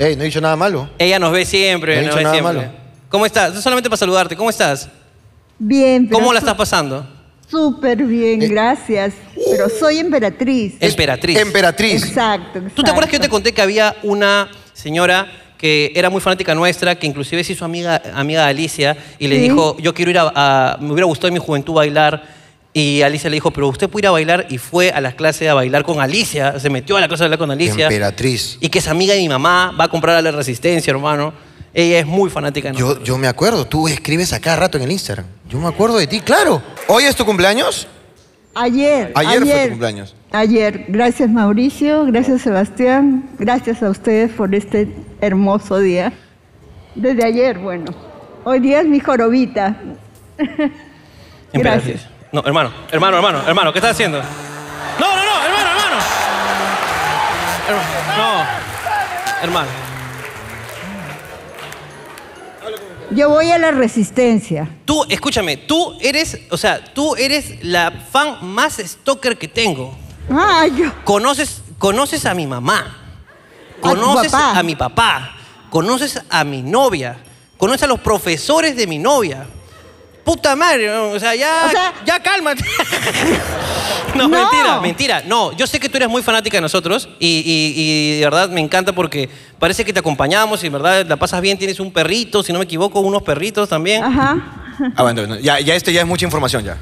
[SPEAKER 1] Ey, no he dicho nada malo.
[SPEAKER 2] Ella nos ve siempre,
[SPEAKER 1] No he
[SPEAKER 2] nos
[SPEAKER 1] dicho
[SPEAKER 2] ve
[SPEAKER 1] nada
[SPEAKER 2] siempre.
[SPEAKER 1] malo.
[SPEAKER 2] ¿Cómo estás? Solamente para saludarte, ¿cómo estás?
[SPEAKER 16] Bien, pero
[SPEAKER 2] ¿Cómo la
[SPEAKER 16] tú-
[SPEAKER 2] estás pasando?
[SPEAKER 16] Súper
[SPEAKER 1] Eh.
[SPEAKER 16] bien, gracias. Pero soy emperatriz.
[SPEAKER 2] Emperatriz.
[SPEAKER 1] Emperatriz.
[SPEAKER 16] Exacto, exacto.
[SPEAKER 2] ¿Tú te acuerdas que yo te conté que había una señora que era muy fanática nuestra, que inclusive se hizo amiga, amiga de Alicia y le
[SPEAKER 16] Sí.
[SPEAKER 2] dijo, yo quiero ir a, a- me hubiera gustado en mi juventud bailar. Y Alicia le dijo, pero usted puede ir a bailar y fue a las clases a bailar con Alicia, se metió a la clase a bailar con Alicia.
[SPEAKER 1] Emperatriz.
[SPEAKER 2] Y que es amiga de mi mamá, va a comprar a la Resistencia, hermano. Ella es muy fanática de
[SPEAKER 1] Yo, yo me acuerdo, tú escribes a cada rato en el Instagram. Yo me acuerdo de ti, claro. ¿Hoy es tu cumpleaños?
[SPEAKER 16] Ayer,
[SPEAKER 1] Ayer,
[SPEAKER 16] ayer,
[SPEAKER 1] fue tu cumpleaños.
[SPEAKER 16] ayer. Gracias Mauricio, gracias Sebastián, gracias a ustedes por este hermoso día. Desde ayer, bueno. Hoy día es mi jorobita.
[SPEAKER 2] Emperatriz. No, hermano, hermano, hermano, hermano, ¿qué estás haciendo? No, no, no, hermano, hermano. Hermano, no. Hermano.
[SPEAKER 16] Yo voy a la resistencia.
[SPEAKER 2] Tú, escúchame, tú eres, o sea, tú eres la fan más stalker que tengo.
[SPEAKER 16] Ah, yo.
[SPEAKER 2] Conoces, conoces a mi mamá.
[SPEAKER 16] A tu
[SPEAKER 2] Conoces
[SPEAKER 16] papá.
[SPEAKER 2] a mi papá. Conoces a mi novia. Conoces a los profesores de mi novia. Puta madre, ¿no? o sea, ya, ya cálmate. no, mentira, mentira. No, yo sé que tú eres muy fanática de nosotros y, y- y de verdad me encanta porque parece que te acompañamos y en verdad la pasas bien, tienes un perrito, si no me equivoco, unos perritos también.
[SPEAKER 16] Ajá.
[SPEAKER 1] Ah, bueno, no, ya, ya esto ya es mucha información ya.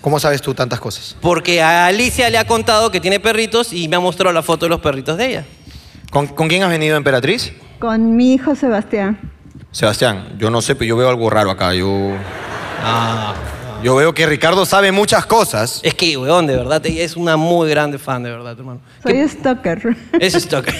[SPEAKER 1] ¿Cómo sabes tú tantas cosas?
[SPEAKER 2] Porque a Alicia le ha contado que tiene perritos y me ha mostrado la foto de los perritos de ella.
[SPEAKER 1] ¿Con, con quién has venido, Emperatriz?
[SPEAKER 16] Con mi hijo Sebastián.
[SPEAKER 1] Sebastián, yo no sé, pero yo veo algo raro acá. Yo.
[SPEAKER 2] Ah.
[SPEAKER 1] Yo veo que Ricardo sabe muchas cosas.
[SPEAKER 2] Es que, weón, de verdad, ella es una muy grande fan, de verdad, hermano.
[SPEAKER 16] Soy stalker.
[SPEAKER 2] Es stalker.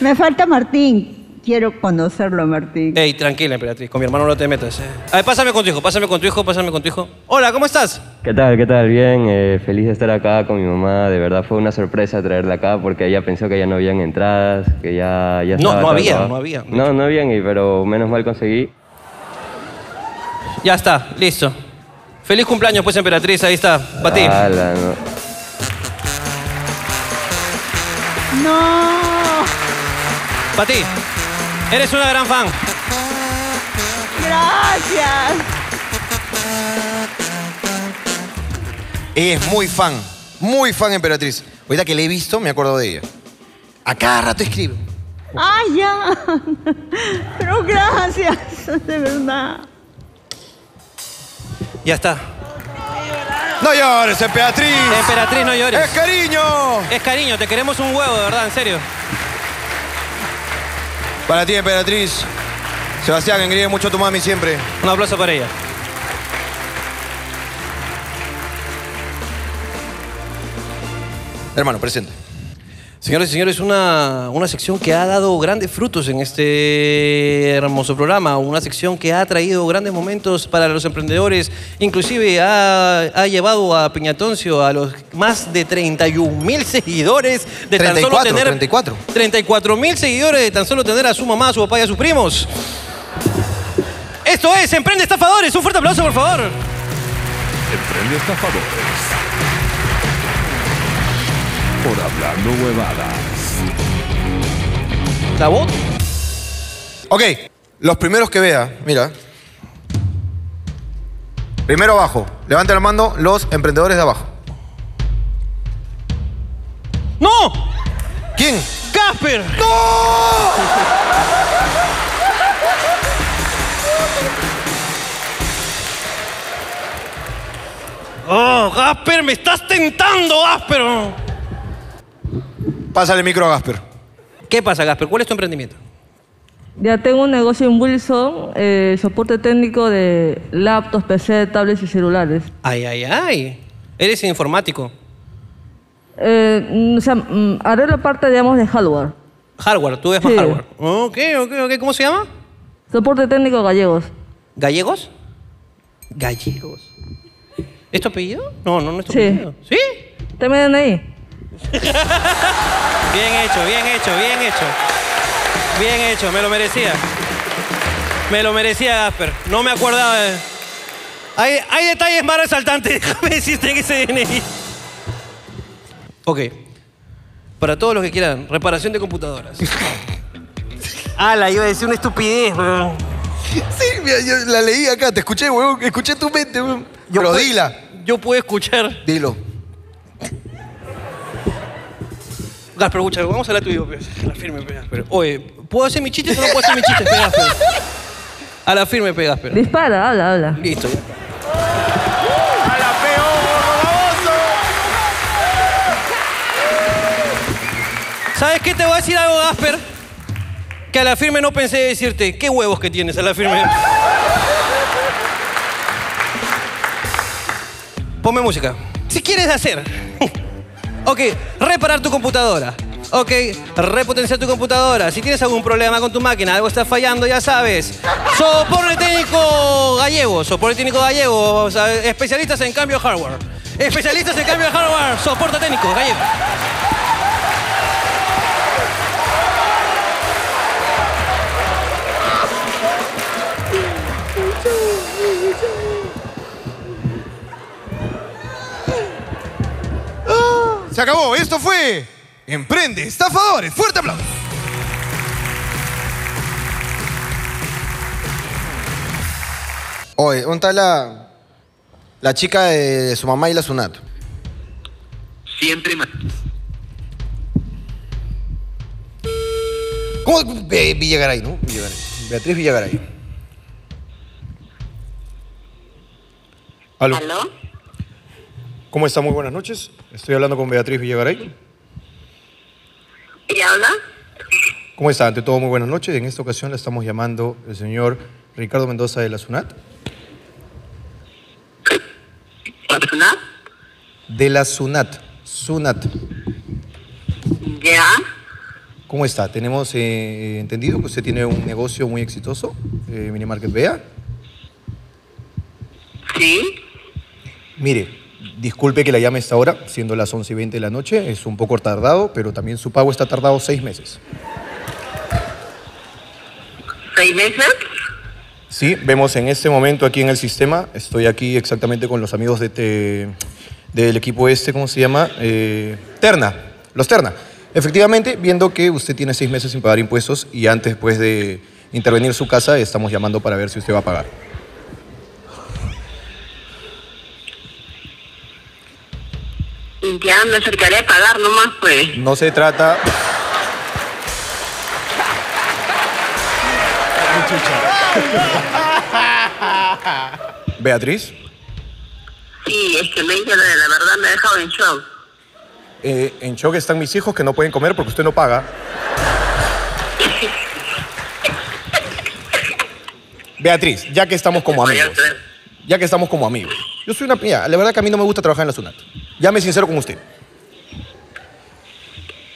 [SPEAKER 16] Me falta Martín. Quiero conocerlo, Martín.
[SPEAKER 2] Ey, tranquila, emperatriz, con mi hermano no te metas. eh. A ver, pásame con tu hijo, pásame con tu hijo, pásame con tu hijo. Hola, ¿cómo estás?
[SPEAKER 17] ¿Qué tal? ¿Qué tal? Bien, eh, feliz de estar acá con mi mamá. De verdad fue una sorpresa traerla acá porque ella pensó que ya no habían entradas, que ya, ya
[SPEAKER 2] No,
[SPEAKER 17] estaba
[SPEAKER 2] no
[SPEAKER 17] todo
[SPEAKER 2] había,
[SPEAKER 17] acabado.
[SPEAKER 2] no había.
[SPEAKER 17] No, no habían, y- pero menos mal conseguí.
[SPEAKER 2] Ya está, listo. Feliz cumpleaños, pues, emperatriz, ahí está, para ti.
[SPEAKER 17] Ala, no.
[SPEAKER 16] No.
[SPEAKER 2] Para ti. Eres una gran fan.
[SPEAKER 16] Gracias.
[SPEAKER 1] Ella es muy fan, muy fan, Emperatriz. Ahorita que la he visto, me acuerdo de ella. A cada rato escribe.
[SPEAKER 16] Ah, ya. Pero gracias, de verdad.
[SPEAKER 2] Ya está.
[SPEAKER 1] No llores, emperatriz.
[SPEAKER 6] Ah.
[SPEAKER 2] Emperatriz, no
[SPEAKER 6] Eh.
[SPEAKER 2] llores.
[SPEAKER 1] Es cariño.
[SPEAKER 2] Es cariño, te queremos un huevo, de verdad, en serio.
[SPEAKER 1] Para ti, Emperatriz. Sebastián, engríe mucho a tu mami siempre.
[SPEAKER 2] Un aplauso para ella.
[SPEAKER 1] Hermano, presente.
[SPEAKER 2] Señoras y señores, una, una sección que ha dado grandes frutos en este hermoso programa, una sección que ha traído grandes momentos para los emprendedores, inclusive ha, ha llevado a Piñatoncio a los más de 31 mil seguidores de tan solo
[SPEAKER 1] 34,
[SPEAKER 2] tener
[SPEAKER 1] 34.
[SPEAKER 2] 34 mil seguidores de tan solo tener a su mamá, a su papá y a sus primos. Esto es Emprende Estafadores, un fuerte aplauso por favor.
[SPEAKER 18] Emprende estafadores. Por hablando huevadas.
[SPEAKER 2] ¿La voz?
[SPEAKER 1] Ok, los primeros que vea, mira. Primero abajo. Levanta la mano los emprendedores de abajo.
[SPEAKER 2] ¡No!
[SPEAKER 1] ¿Quién?
[SPEAKER 2] ¡Casper!
[SPEAKER 1] ¡No!
[SPEAKER 2] ¡Oh, Gasper, me estás tentando, Gasper!
[SPEAKER 1] Pásale el micro a Gasper.
[SPEAKER 2] ¿Qué pasa, Gasper? ¿Cuál es tu emprendimiento?
[SPEAKER 19] Ya tengo un negocio en Wilson, eh, soporte técnico de laptops, PC, tablets y celulares.
[SPEAKER 2] Ay, ay, ay. Eres informático.
[SPEAKER 19] Eh, mm, o sea, mm, arreglo parte, digamos, de hardware.
[SPEAKER 2] Hardware, tú ves más
[SPEAKER 19] Sí.
[SPEAKER 2] hardware. Ok, ok, ok. ¿Cómo se llama?
[SPEAKER 19] Soporte técnico gallegos.
[SPEAKER 2] ¿Gallegos? Gallegos. ¿Es tu apellido? No, no, no es tu
[SPEAKER 19] Sí.
[SPEAKER 2] apellido. ¿Sí?
[SPEAKER 19] ¿Te meten ahí?
[SPEAKER 2] Bien hecho, bien hecho, bien hecho. Bien hecho, me lo merecía. Me lo merecía, Gasper. No me acordaba de... Hay, hay detalles más resaltantes, déjame decirte en ese DNI. Ok. Para todos los que quieran, reparación de computadoras. Ala, iba a decir una estupidez, weón.
[SPEAKER 1] Sí, mira, yo la leí acá, te escuché, weón, escuché tu mente, weón.
[SPEAKER 20] Pero dila.
[SPEAKER 2] Yo pude escuchar.
[SPEAKER 20] Dilo.
[SPEAKER 2] Gasper, escucha, vamos a la tuya, pues, a la firme, pe, Gasper. Oye, ¿puedo hacer mi chiste o no puedo hacer mi chiste, pe, Gasper? A la firme, pe, Gasper.
[SPEAKER 19] Dispara, habla, habla.
[SPEAKER 2] Listo, ya. ¿Sabes qué? Te voy a decir algo, Gasper. Que a la firme no pensé decirte. ¿Qué huevos que tienes a la firme? Ponme música. Si quieres hacer. ok, reparar tu computadora. Ok, repotenciar tu computadora. Si tienes algún problema con tu máquina, algo está fallando, ya sabes. Soporte técnico gallego. Soporte técnico gallego. o sea, especialistas en cambio de hardware. Especialistas en cambio de hardware. Soporte técnico gallego.
[SPEAKER 1] Se acabó. Esto fue Emprende Estafadores. Fuerte aplauso.
[SPEAKER 20] Oye, ¿dónde está la, la chica de, de su mamá y la Sunat?
[SPEAKER 3] Siempre más.
[SPEAKER 20] ¿Cómo? Ve- Villagaray, ¿no? Villagaray. Beatriz Villagaray.
[SPEAKER 3] ¿Aló?
[SPEAKER 1] ¿Cómo está? Muy buenas noches. Estoy hablando con Beatriz Villagaray.
[SPEAKER 3] ¿Y habla?
[SPEAKER 1] ¿Cómo está? Ante todo, muy buenas noches. En esta ocasión le estamos llamando el señor Ricardo Mendoza de la SUNAT.
[SPEAKER 3] ¿Persona?
[SPEAKER 1] De la SUNAT. SUNAT.
[SPEAKER 3] Ya.
[SPEAKER 1] ¿Cómo está? Tenemos eh, entendido que usted tiene un negocio muy exitoso, eh, Minimarket Bea.
[SPEAKER 3] Sí.
[SPEAKER 1] Mire, disculpe que la llame a esta hora, siendo las 11 y 20 de la noche, es un poco tardado, pero también su pago está tardado seis meses.
[SPEAKER 3] ¿Seis meses?
[SPEAKER 1] Sí, vemos en este momento aquí en el sistema, estoy aquí exactamente con los amigos de te- del equipo este, ¿cómo se llama? Eh, Terna, los Terna. Efectivamente, viendo que usted tiene seis meses sin pagar impuestos y antes, después de intervenir su casa, estamos llamando para ver si usted va a pagar.
[SPEAKER 3] Ya me acercaré a pagar nomás, pues.
[SPEAKER 1] No se trata... Beatriz,
[SPEAKER 3] Sí, es que me dice, la la verdad me ha dejado en shock.
[SPEAKER 1] eh, en shock están mis hijos que no pueden comer porque usted no paga. Beatriz, ya que estamos como amigos, ya que estamos como amigos, yo soy una mira, la verdad que a mí no me gusta trabajar en la SUNAT. Ya me sincero con usted.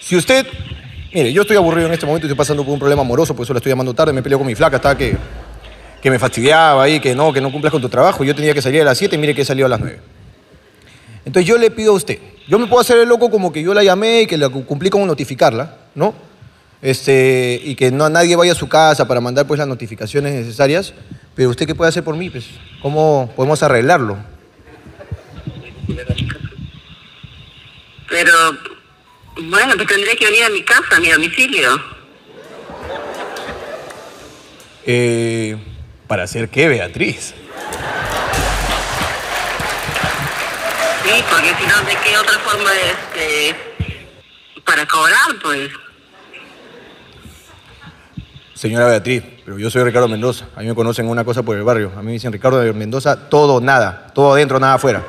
[SPEAKER 1] Si usted, mire, yo estoy aburrido en este momento, estoy pasando por un problema amoroso, por eso la estoy llamando tarde, me peleó con mi flaca, estaba que, que me fastidiaba ahí, que no, que no cumplas con tu trabajo, yo tenía que salir a las 7 y mire que he salido a las 9. Entonces yo le pido a usted, yo me puedo hacer el loco como que yo la llamé y que la cu- cumplí con notificarla, ¿no? Este, y que no, nadie vaya a su casa para mandar pues las notificaciones necesarias, pero usted qué puede hacer por mí, pues, ¿cómo podemos arreglarlo?
[SPEAKER 3] Pero, bueno, pues tendré que venir a mi casa, a mi domicilio.
[SPEAKER 1] Eh, ¿Para hacer qué, Beatriz?
[SPEAKER 3] Sí, porque si no, ¿de qué otra forma este, para cobrar, pues?
[SPEAKER 1] Señora Beatriz, pero yo soy Ricardo Mendoza, a mí me conocen una cosa por el barrio, a mí me dicen Ricardo de Mendoza, todo, nada, todo adentro, nada afuera.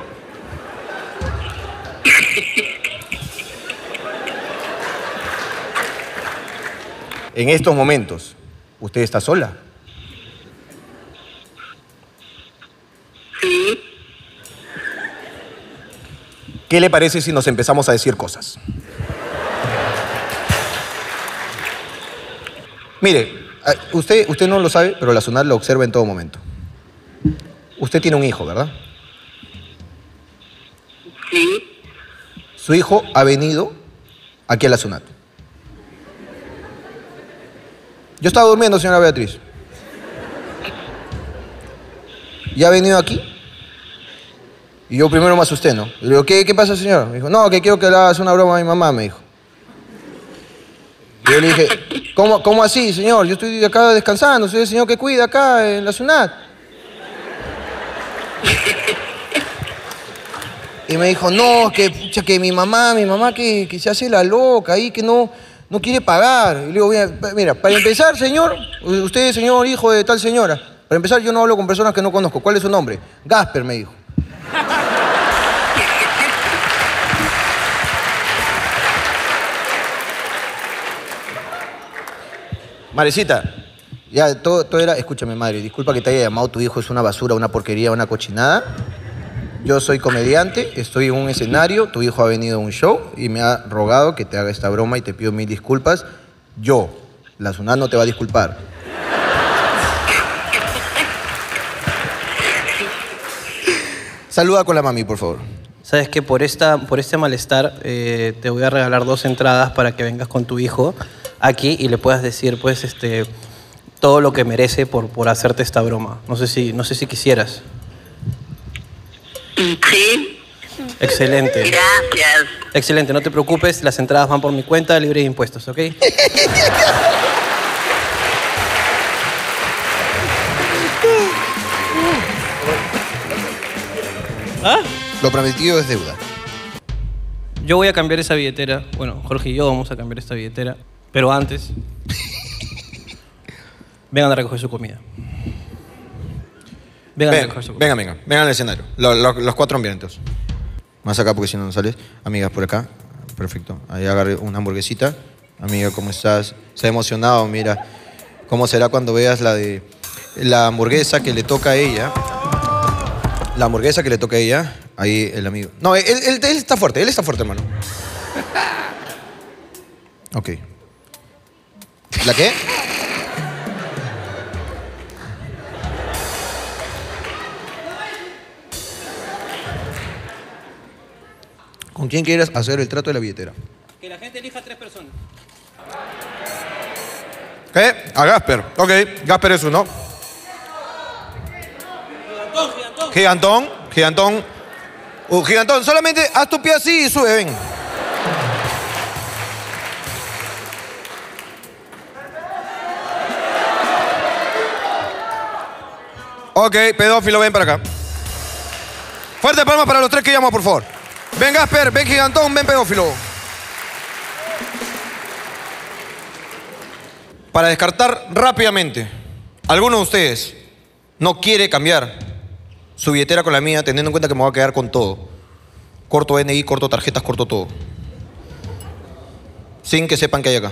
[SPEAKER 1] En estos momentos, ¿usted está sola?
[SPEAKER 3] Sí,
[SPEAKER 1] ¿Qué le parece si nos empezamos a decir cosas? Mire, ah, usted, usted no lo sabe, pero la SUNAT lo observa en todo momento. Usted tiene un hijo, ¿verdad?
[SPEAKER 3] sí,
[SPEAKER 1] Su hijo ha venido aquí a la SUNAT. Yo estaba durmiendo, señora Beatriz. Y ha venido aquí. Y yo primero me asusté, ¿no? Le digo, ¿qué, qué pasa, señora? Me dijo, no, que quiero que le hagas una broma a mi mamá, me dijo. Yo le dije, ¿cómo, cómo así, señor? Yo estoy acá descansando, soy el señor que cuida acá en la SUNAT. Y me dijo, no, que, pucha, que mi mamá, mi mamá que, que se hace la loca ahí, que no, no quiere pagar. Y le digo, mira, pa- mira, para empezar, señor, u- usted, señor, hijo de tal señora, para empezar yo no hablo con personas que no conozco. ¿Cuál es su nombre? Gasper, me dijo. Marecita, ya todo, todo era, escúchame madre, disculpa que te haya llamado tu hijo, es una basura, una porquería, una cochinada. Yo soy comediante, estoy en un escenario, tu hijo ha venido a un show y me ha rogado que te haga esta broma y te pido mil disculpas. Yo, la Sunan no te va a disculpar. Saluda con la mami, por favor.
[SPEAKER 2] Sabes que por, esta, por este malestar eh, te voy a regalar dos entradas para que vengas con tu hijo aquí y le puedas decir, pues, este, todo lo que merece por, por hacerte esta broma. No sé si, no sé si quisieras.
[SPEAKER 21] Sí,
[SPEAKER 2] Excelente.
[SPEAKER 21] gracias.
[SPEAKER 2] Excelente, no te preocupes, las entradas van por mi cuenta, libre de impuestos, ¿ok?
[SPEAKER 22] Lo prometido es deuda.
[SPEAKER 2] Yo voy a cambiar esa billetera. Bueno, Jorge y yo vamos a cambiar esta billetera. Pero antes, vengan a recoger su comida. Vengan,
[SPEAKER 1] Venga,
[SPEAKER 2] a recoger su
[SPEAKER 1] venga,
[SPEAKER 2] comida.
[SPEAKER 1] venga, vengan al escenario. Lo- lo- los cuatro ambientes. Más acá porque si no no sales. Amigas, por acá. Perfecto. Ahí agarré una hamburguesita. Amiga, ¿cómo estás? Se ha emocionado, mira. ¿Cómo será cuando veas la de la hamburguesa que le toca a ella? La hamburguesa que le toca a ella. Ahí el amigo. No, él, él- él está fuerte, él está fuerte, hermano. Ok. ¿La qué? ¿Con quién quieres hacer el trato de la billetera?
[SPEAKER 2] Que la gente elija tres personas.
[SPEAKER 1] ¿Qué? A Gasper. Ok, Gasper es uno. Gigantón, gigantón. Uh, gigantón, solamente haz tu pie así y sube, ven. Ok, pedófilo, ven para acá. Fuerte palma para los tres que llaman, por favor. Ven Gasper, ven gigantón, ven pedófilo. Para descartar rápidamente, ¿alguno de ustedes no quiere cambiar su billetera con la mía, teniendo en cuenta que me voy a quedar con todo? Corto NI, corto tarjetas, corto todo. Sin que sepan que hay acá.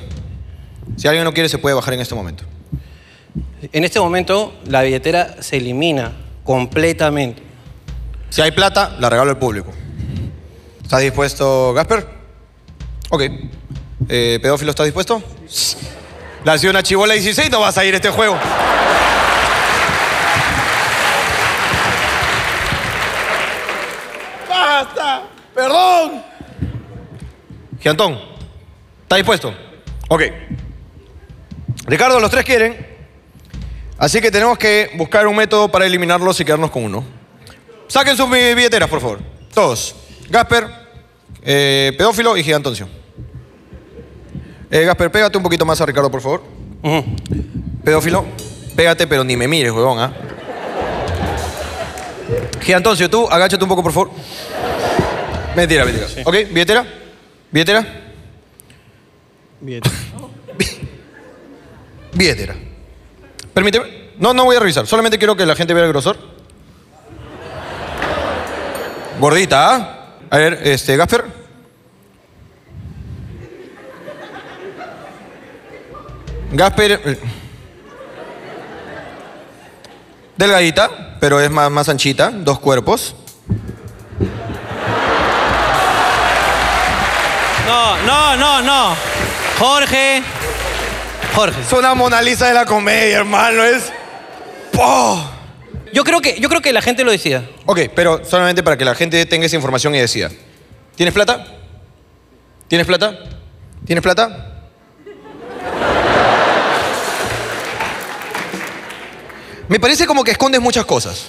[SPEAKER 1] Si alguien no quiere, se puede bajar en este momento.
[SPEAKER 2] En este momento, la billetera se elimina completamente.
[SPEAKER 1] Si hay plata, la regalo al público. ¿Estás dispuesto, Gasper? Ok. Eh, ¿Pedófilo, estás dispuesto? La sido una chivola 16, no vas a ir a este juego.
[SPEAKER 6] ¡Basta! ¡Perdón!
[SPEAKER 1] Giantón, ¿estás dispuesto? Ok. Ricardo, los tres quieren. Así que tenemos que buscar un método para eliminarlos y quedarnos con uno. Saquen sus bi- billeteras, por favor. Todos. Gasper, eh, Pedófilo y Gigantoncio. Eh, Gasper, pégate un poquito más a Ricardo, por favor. Pedófilo, pégate, pero ni me mires, huevón, ¿ah? Gigantoncio, tú, agáchate un poco, por favor. Mentira, mentira. Ok, billetera. Billetera.
[SPEAKER 2] Billetera.
[SPEAKER 1] Billetera. Permíteme. No, no voy a revisar. Solamente quiero que la gente vea el grosor. Gordita, ¿ah? A ver, este, Gasper. Gasper. eh. Delgadita, pero es más, más anchita, dos cuerpos.
[SPEAKER 2] No, no, no, no. Jorge. Jorge.
[SPEAKER 6] Es una Mona Lisa de la comedia, hermano. Es. ¡Po!
[SPEAKER 2] Yo creo que, yo creo que la gente lo decida.
[SPEAKER 1] Ok, pero solamente para que la gente tenga esa información y decida. ¿Tienes plata? ¿Tienes plata? ¿Tienes plata? Me parece como que escondes muchas cosas.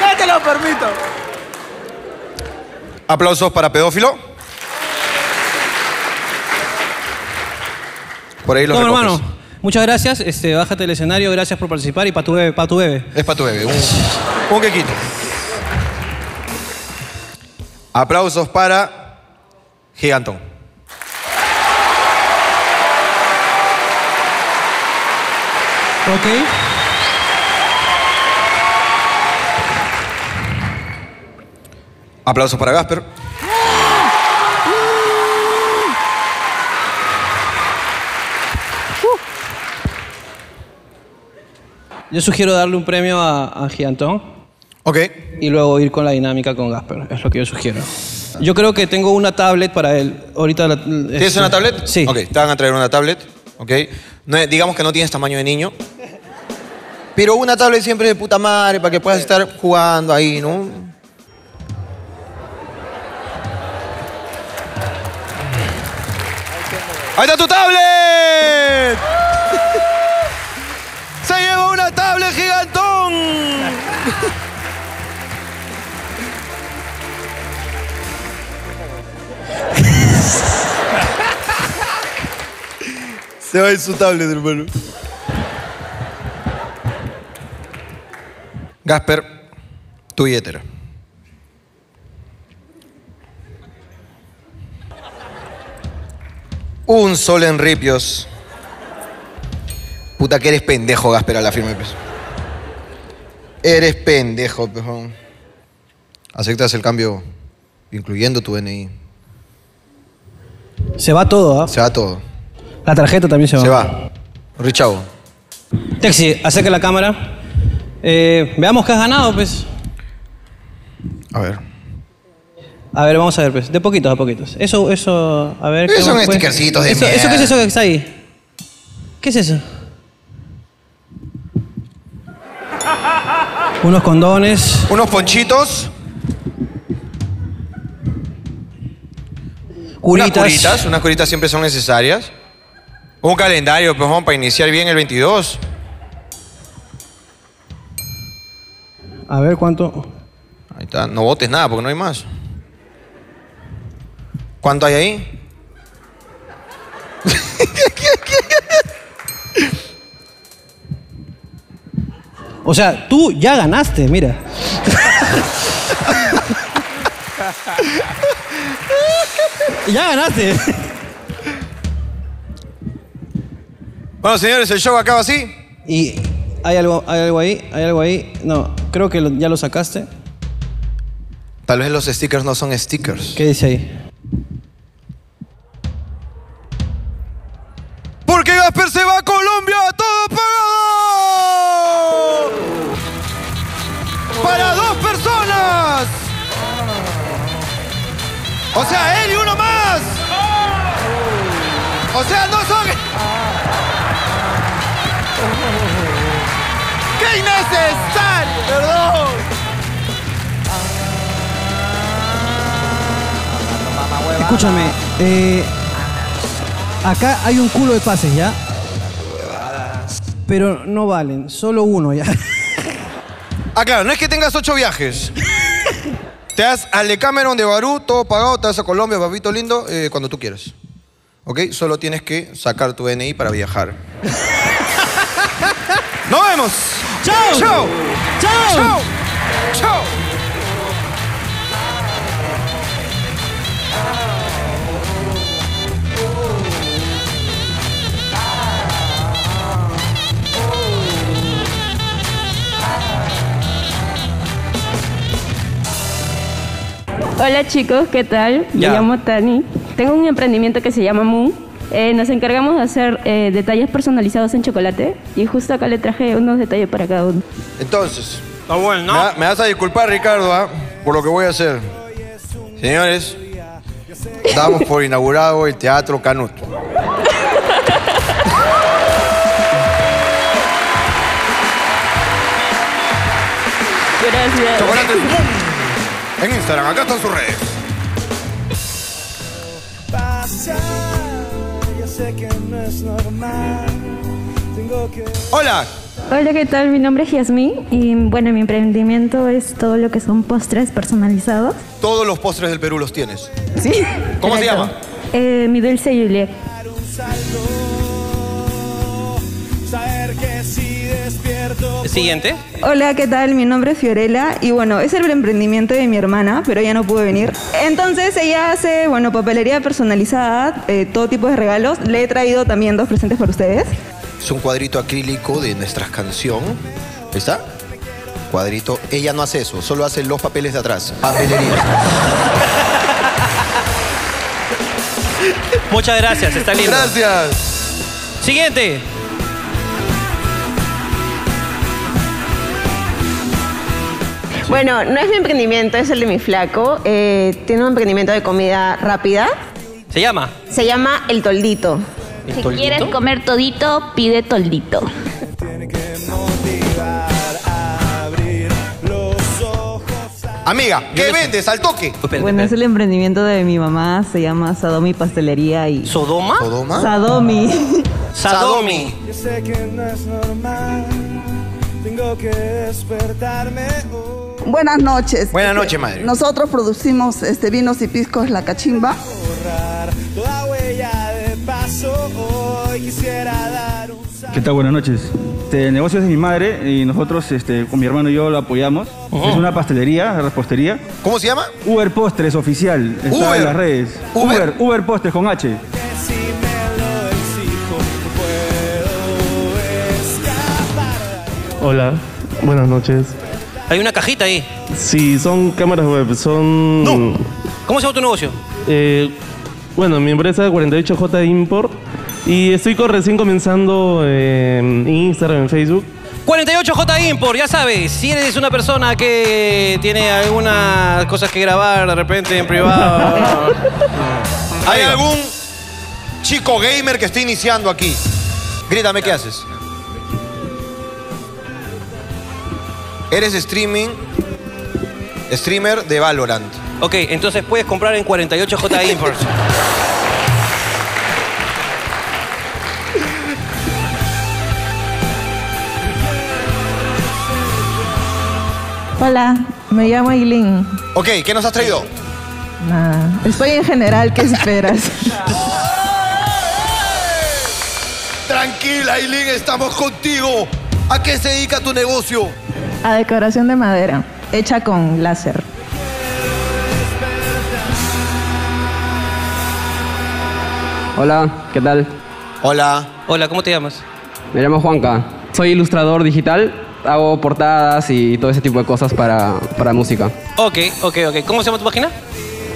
[SPEAKER 6] ¡No te lo permito!
[SPEAKER 1] Aplausos para pedófilo. Por ahí los
[SPEAKER 2] no,
[SPEAKER 1] recoges.
[SPEAKER 2] hermano. Muchas gracias. Este, bájate del escenario. Gracias por participar y pa' tu bebé, pa' tu bebé.
[SPEAKER 1] Es para tu bebé. Un, un quequito. Aplausos para Gigantón.
[SPEAKER 2] Ok.
[SPEAKER 1] Aplausos para Gasper.
[SPEAKER 2] Yo sugiero darle un premio a, a Gigantón.
[SPEAKER 1] Ok.
[SPEAKER 2] Y luego ir con la dinámica con Gasper. Es lo que yo sugiero. Yo creo que tengo una tablet para él. Ahorita la-
[SPEAKER 1] ¿Tienes
[SPEAKER 2] este-
[SPEAKER 1] una tablet? Sí. Ok, te van a traer una tablet. Ok. No es- digamos que no tienes tamaño de niño. Pero una tablet siempre es de puta madre para que puedas estar jugando ahí, ¿no? ¡Ahí está tu tablet! ¡Se lleva una tablet gigantón! Se va en su tablet, hermano. Gasper, tu billetera. Un sol en ripios. Puta que eres pendejo, Gasper, a la firme, pues. Eres pendejo, pejón. Aceptas el cambio, incluyendo tu DNI.
[SPEAKER 2] Se va todo, ¿ah?
[SPEAKER 1] Se va todo.
[SPEAKER 2] La tarjeta también se va.
[SPEAKER 1] Se va. Richavo.
[SPEAKER 2] Taxi, acerca la cámara. Eh, veamos qué has ganado, pues.
[SPEAKER 1] A ver.
[SPEAKER 2] A ver, vamos a ver, pues. De poquitos a poquitos. Eso, eso, a ver.
[SPEAKER 1] Esos
[SPEAKER 2] ¿qué
[SPEAKER 1] son
[SPEAKER 2] más, pues?
[SPEAKER 1] stickercitos de
[SPEAKER 2] eso, ¿Eso qué es
[SPEAKER 1] mierda.
[SPEAKER 2] eso que está ahí? ¿Qué es eso? Unos condones.
[SPEAKER 1] Unos ponchitos.
[SPEAKER 2] Curitas.
[SPEAKER 1] Unas curitas, unas curitas siempre son necesarias. Un calendario, pejón, para iniciar bien el 22.
[SPEAKER 2] A ver cuánto.
[SPEAKER 1] Ahí está. No votes nada porque no hay más. ¿Cuánto hay ahí?
[SPEAKER 2] O sea, tú ya ganaste, mira. ya ganaste.
[SPEAKER 1] Bueno, señores, el show acaba así.
[SPEAKER 2] Y hay algo, hay algo ahí, hay algo ahí. No, creo que lo- ya lo sacaste.
[SPEAKER 1] Tal vez los stickers no son stickers.
[SPEAKER 2] ¿Qué dice ahí?
[SPEAKER 1] Porque Gasper se va a Colombia todo pagado. Para dos personas. O sea, él y uno más. O sea, no son... ¡Qué innecesario! Perdón.
[SPEAKER 2] Escúchame, eh, acá hay un culo de pases, ¿ya? Pero no valen, solo uno ya.
[SPEAKER 1] Ah, claro, no es que tengas ocho viajes. te das al Decameron de Barú, todo pagado, te vas a Colombia, papito lindo, eh, cuando tú quieras. ¿Ok? Solo tienes que sacar tu DNI para viajar. ¡Nos vemos!
[SPEAKER 2] ¡Chao!
[SPEAKER 1] ¡Chao!
[SPEAKER 2] ¡Chao!
[SPEAKER 1] ¡Chao! ¡Chao!
[SPEAKER 16] Hola chicos, ¿qué tal? Me
[SPEAKER 3] Ya.
[SPEAKER 16] llamo Tani. Tengo un emprendimiento que se llama Moon. Eh, nos encargamos de hacer eh, detalles personalizados en chocolate y justo acá le traje unos detalles para cada uno.
[SPEAKER 1] Entonces. Me, va- me vas a disculpar, Ricardo, ¿ah? por lo que voy a hacer. Señores, damos por inaugurado el Teatro Canut.
[SPEAKER 16] Gracias.
[SPEAKER 1] Chocolates Moon. En Instagram, acá están sus redes.
[SPEAKER 23] Pasa, yo sé que no es normal. Tengo que.
[SPEAKER 1] Hola.
[SPEAKER 3] Hola, ¿qué tal? Mi nombre es Yasmín y bueno, mi emprendimiento es todo lo que son postres personalizados.
[SPEAKER 1] Todos los postres del Perú los tienes. ¿Sí? ¿Cómo se llama?
[SPEAKER 3] Eh, mi dulce Juliet.
[SPEAKER 2] Siguiente.
[SPEAKER 19] Hola, ¿qué tal? Mi nombre es Fiorella y bueno, es el emprendimiento de mi hermana, pero ella no pudo venir. Entonces ella hace, bueno, papelería personalizada, eh, todo tipo de regalos. Le he traído también dos presentes para ustedes.
[SPEAKER 24] Es un cuadrito acrílico de nuestra canción. Ahí ¿Está? Cuadrito. Ella no hace eso, solo hace los papeles de atrás. Papelería.
[SPEAKER 2] Muchas gracias, está lindo. Gracias. Siguiente.
[SPEAKER 10] Bueno, no es mi emprendimiento, es el de mi flaco. Eh, tiene un emprendimiento de comida rápida.
[SPEAKER 2] Se llama.
[SPEAKER 10] Se llama El Toldito.
[SPEAKER 2] ¿El Si Toldito? quieres
[SPEAKER 10] comer todito, pide toldito.
[SPEAKER 1] Amiga, ¿qué vendes al toque?
[SPEAKER 25] Bueno, es el emprendimiento de mi mamá, se llama Sadomi Pastelería y...
[SPEAKER 2] ¿Sodoma?
[SPEAKER 1] ¿Sodoma?
[SPEAKER 25] Sadomi.
[SPEAKER 2] Sadomi.
[SPEAKER 26] Yo sé que no es normal. Tengo que despertarme.
[SPEAKER 16] Buenas noches.
[SPEAKER 1] Buenas noches, madre.
[SPEAKER 16] Nosotros producimos este vinos y piscos La Cachimba.
[SPEAKER 26] Toda huella de paso hoy quisiera dar un
[SPEAKER 5] ¿Qué tal? Buenas noches. Este, el negocio es de mi madre y nosotros, este, con mi hermano y yo, lo apoyamos.
[SPEAKER 1] Ujú.
[SPEAKER 5] Es una pastelería, repostería.
[SPEAKER 1] ¿Cómo se llama?
[SPEAKER 5] Uber Postres oficial. Está
[SPEAKER 1] Uber.
[SPEAKER 5] en las redes.
[SPEAKER 1] Uber.
[SPEAKER 5] Uber, Postres con H.
[SPEAKER 27] Hola, buenas noches.
[SPEAKER 2] Hay una cajita ahí.
[SPEAKER 27] Sí, son cámaras web, son...
[SPEAKER 2] ¿Cómo se llama tu negocio?
[SPEAKER 27] Eh, bueno, mi empresa 48J Import y estoy co- recién comenzando eh, en Instagram, en Facebook.
[SPEAKER 2] 48J Import, ya sabes, si eres una persona que tiene algunas cosas que grabar de repente en privado.
[SPEAKER 1] ¿Hay algún chico gamer que esté iniciando aquí? Grítame, ¿qué haces?
[SPEAKER 28] Eres streaming, streamer de Valorant.
[SPEAKER 2] ok, entonces puedes comprar en 48J Import.
[SPEAKER 25] Hola, me llamo Aileen.
[SPEAKER 1] Ok, ¿qué nos has traído?
[SPEAKER 25] Nada, estoy en general, ¿qué esperas?
[SPEAKER 1] Tranquila, Aileen, estamos contigo. ¿A qué se dedica tu negocio?
[SPEAKER 25] A decoración de madera, hecha con láser.
[SPEAKER 29] Hola, ¿qué tal?
[SPEAKER 28] Hola.
[SPEAKER 2] Hola, ¿cómo te llamas?
[SPEAKER 29] Me llamo Juanca. Soy ilustrador digital. Hago portadas y todo ese tipo de cosas para, para música.
[SPEAKER 2] Ok, ok, ok. ¿Cómo se llama tu página?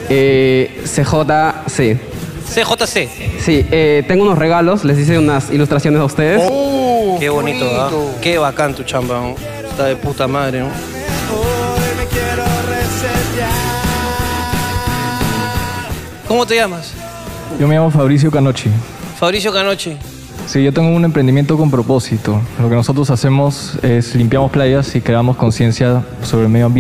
[SPEAKER 29] Eh, CJC.
[SPEAKER 2] CJC.
[SPEAKER 29] Sí, eh, tengo unos regalos. Les hice unas ilustraciones a ustedes.
[SPEAKER 2] Qué bonito, ¿ah? Qué bacán tu chamba. ¿no? Está de puta madre, ¿no? ¿Cómo te llamas?
[SPEAKER 6] Yo me llamo Fabricio Canochi.
[SPEAKER 2] Fabricio Canochi.
[SPEAKER 6] Sí, yo tengo un emprendimiento con propósito. Lo que nosotros hacemos es limpiamos playas y creamos conciencia sobre el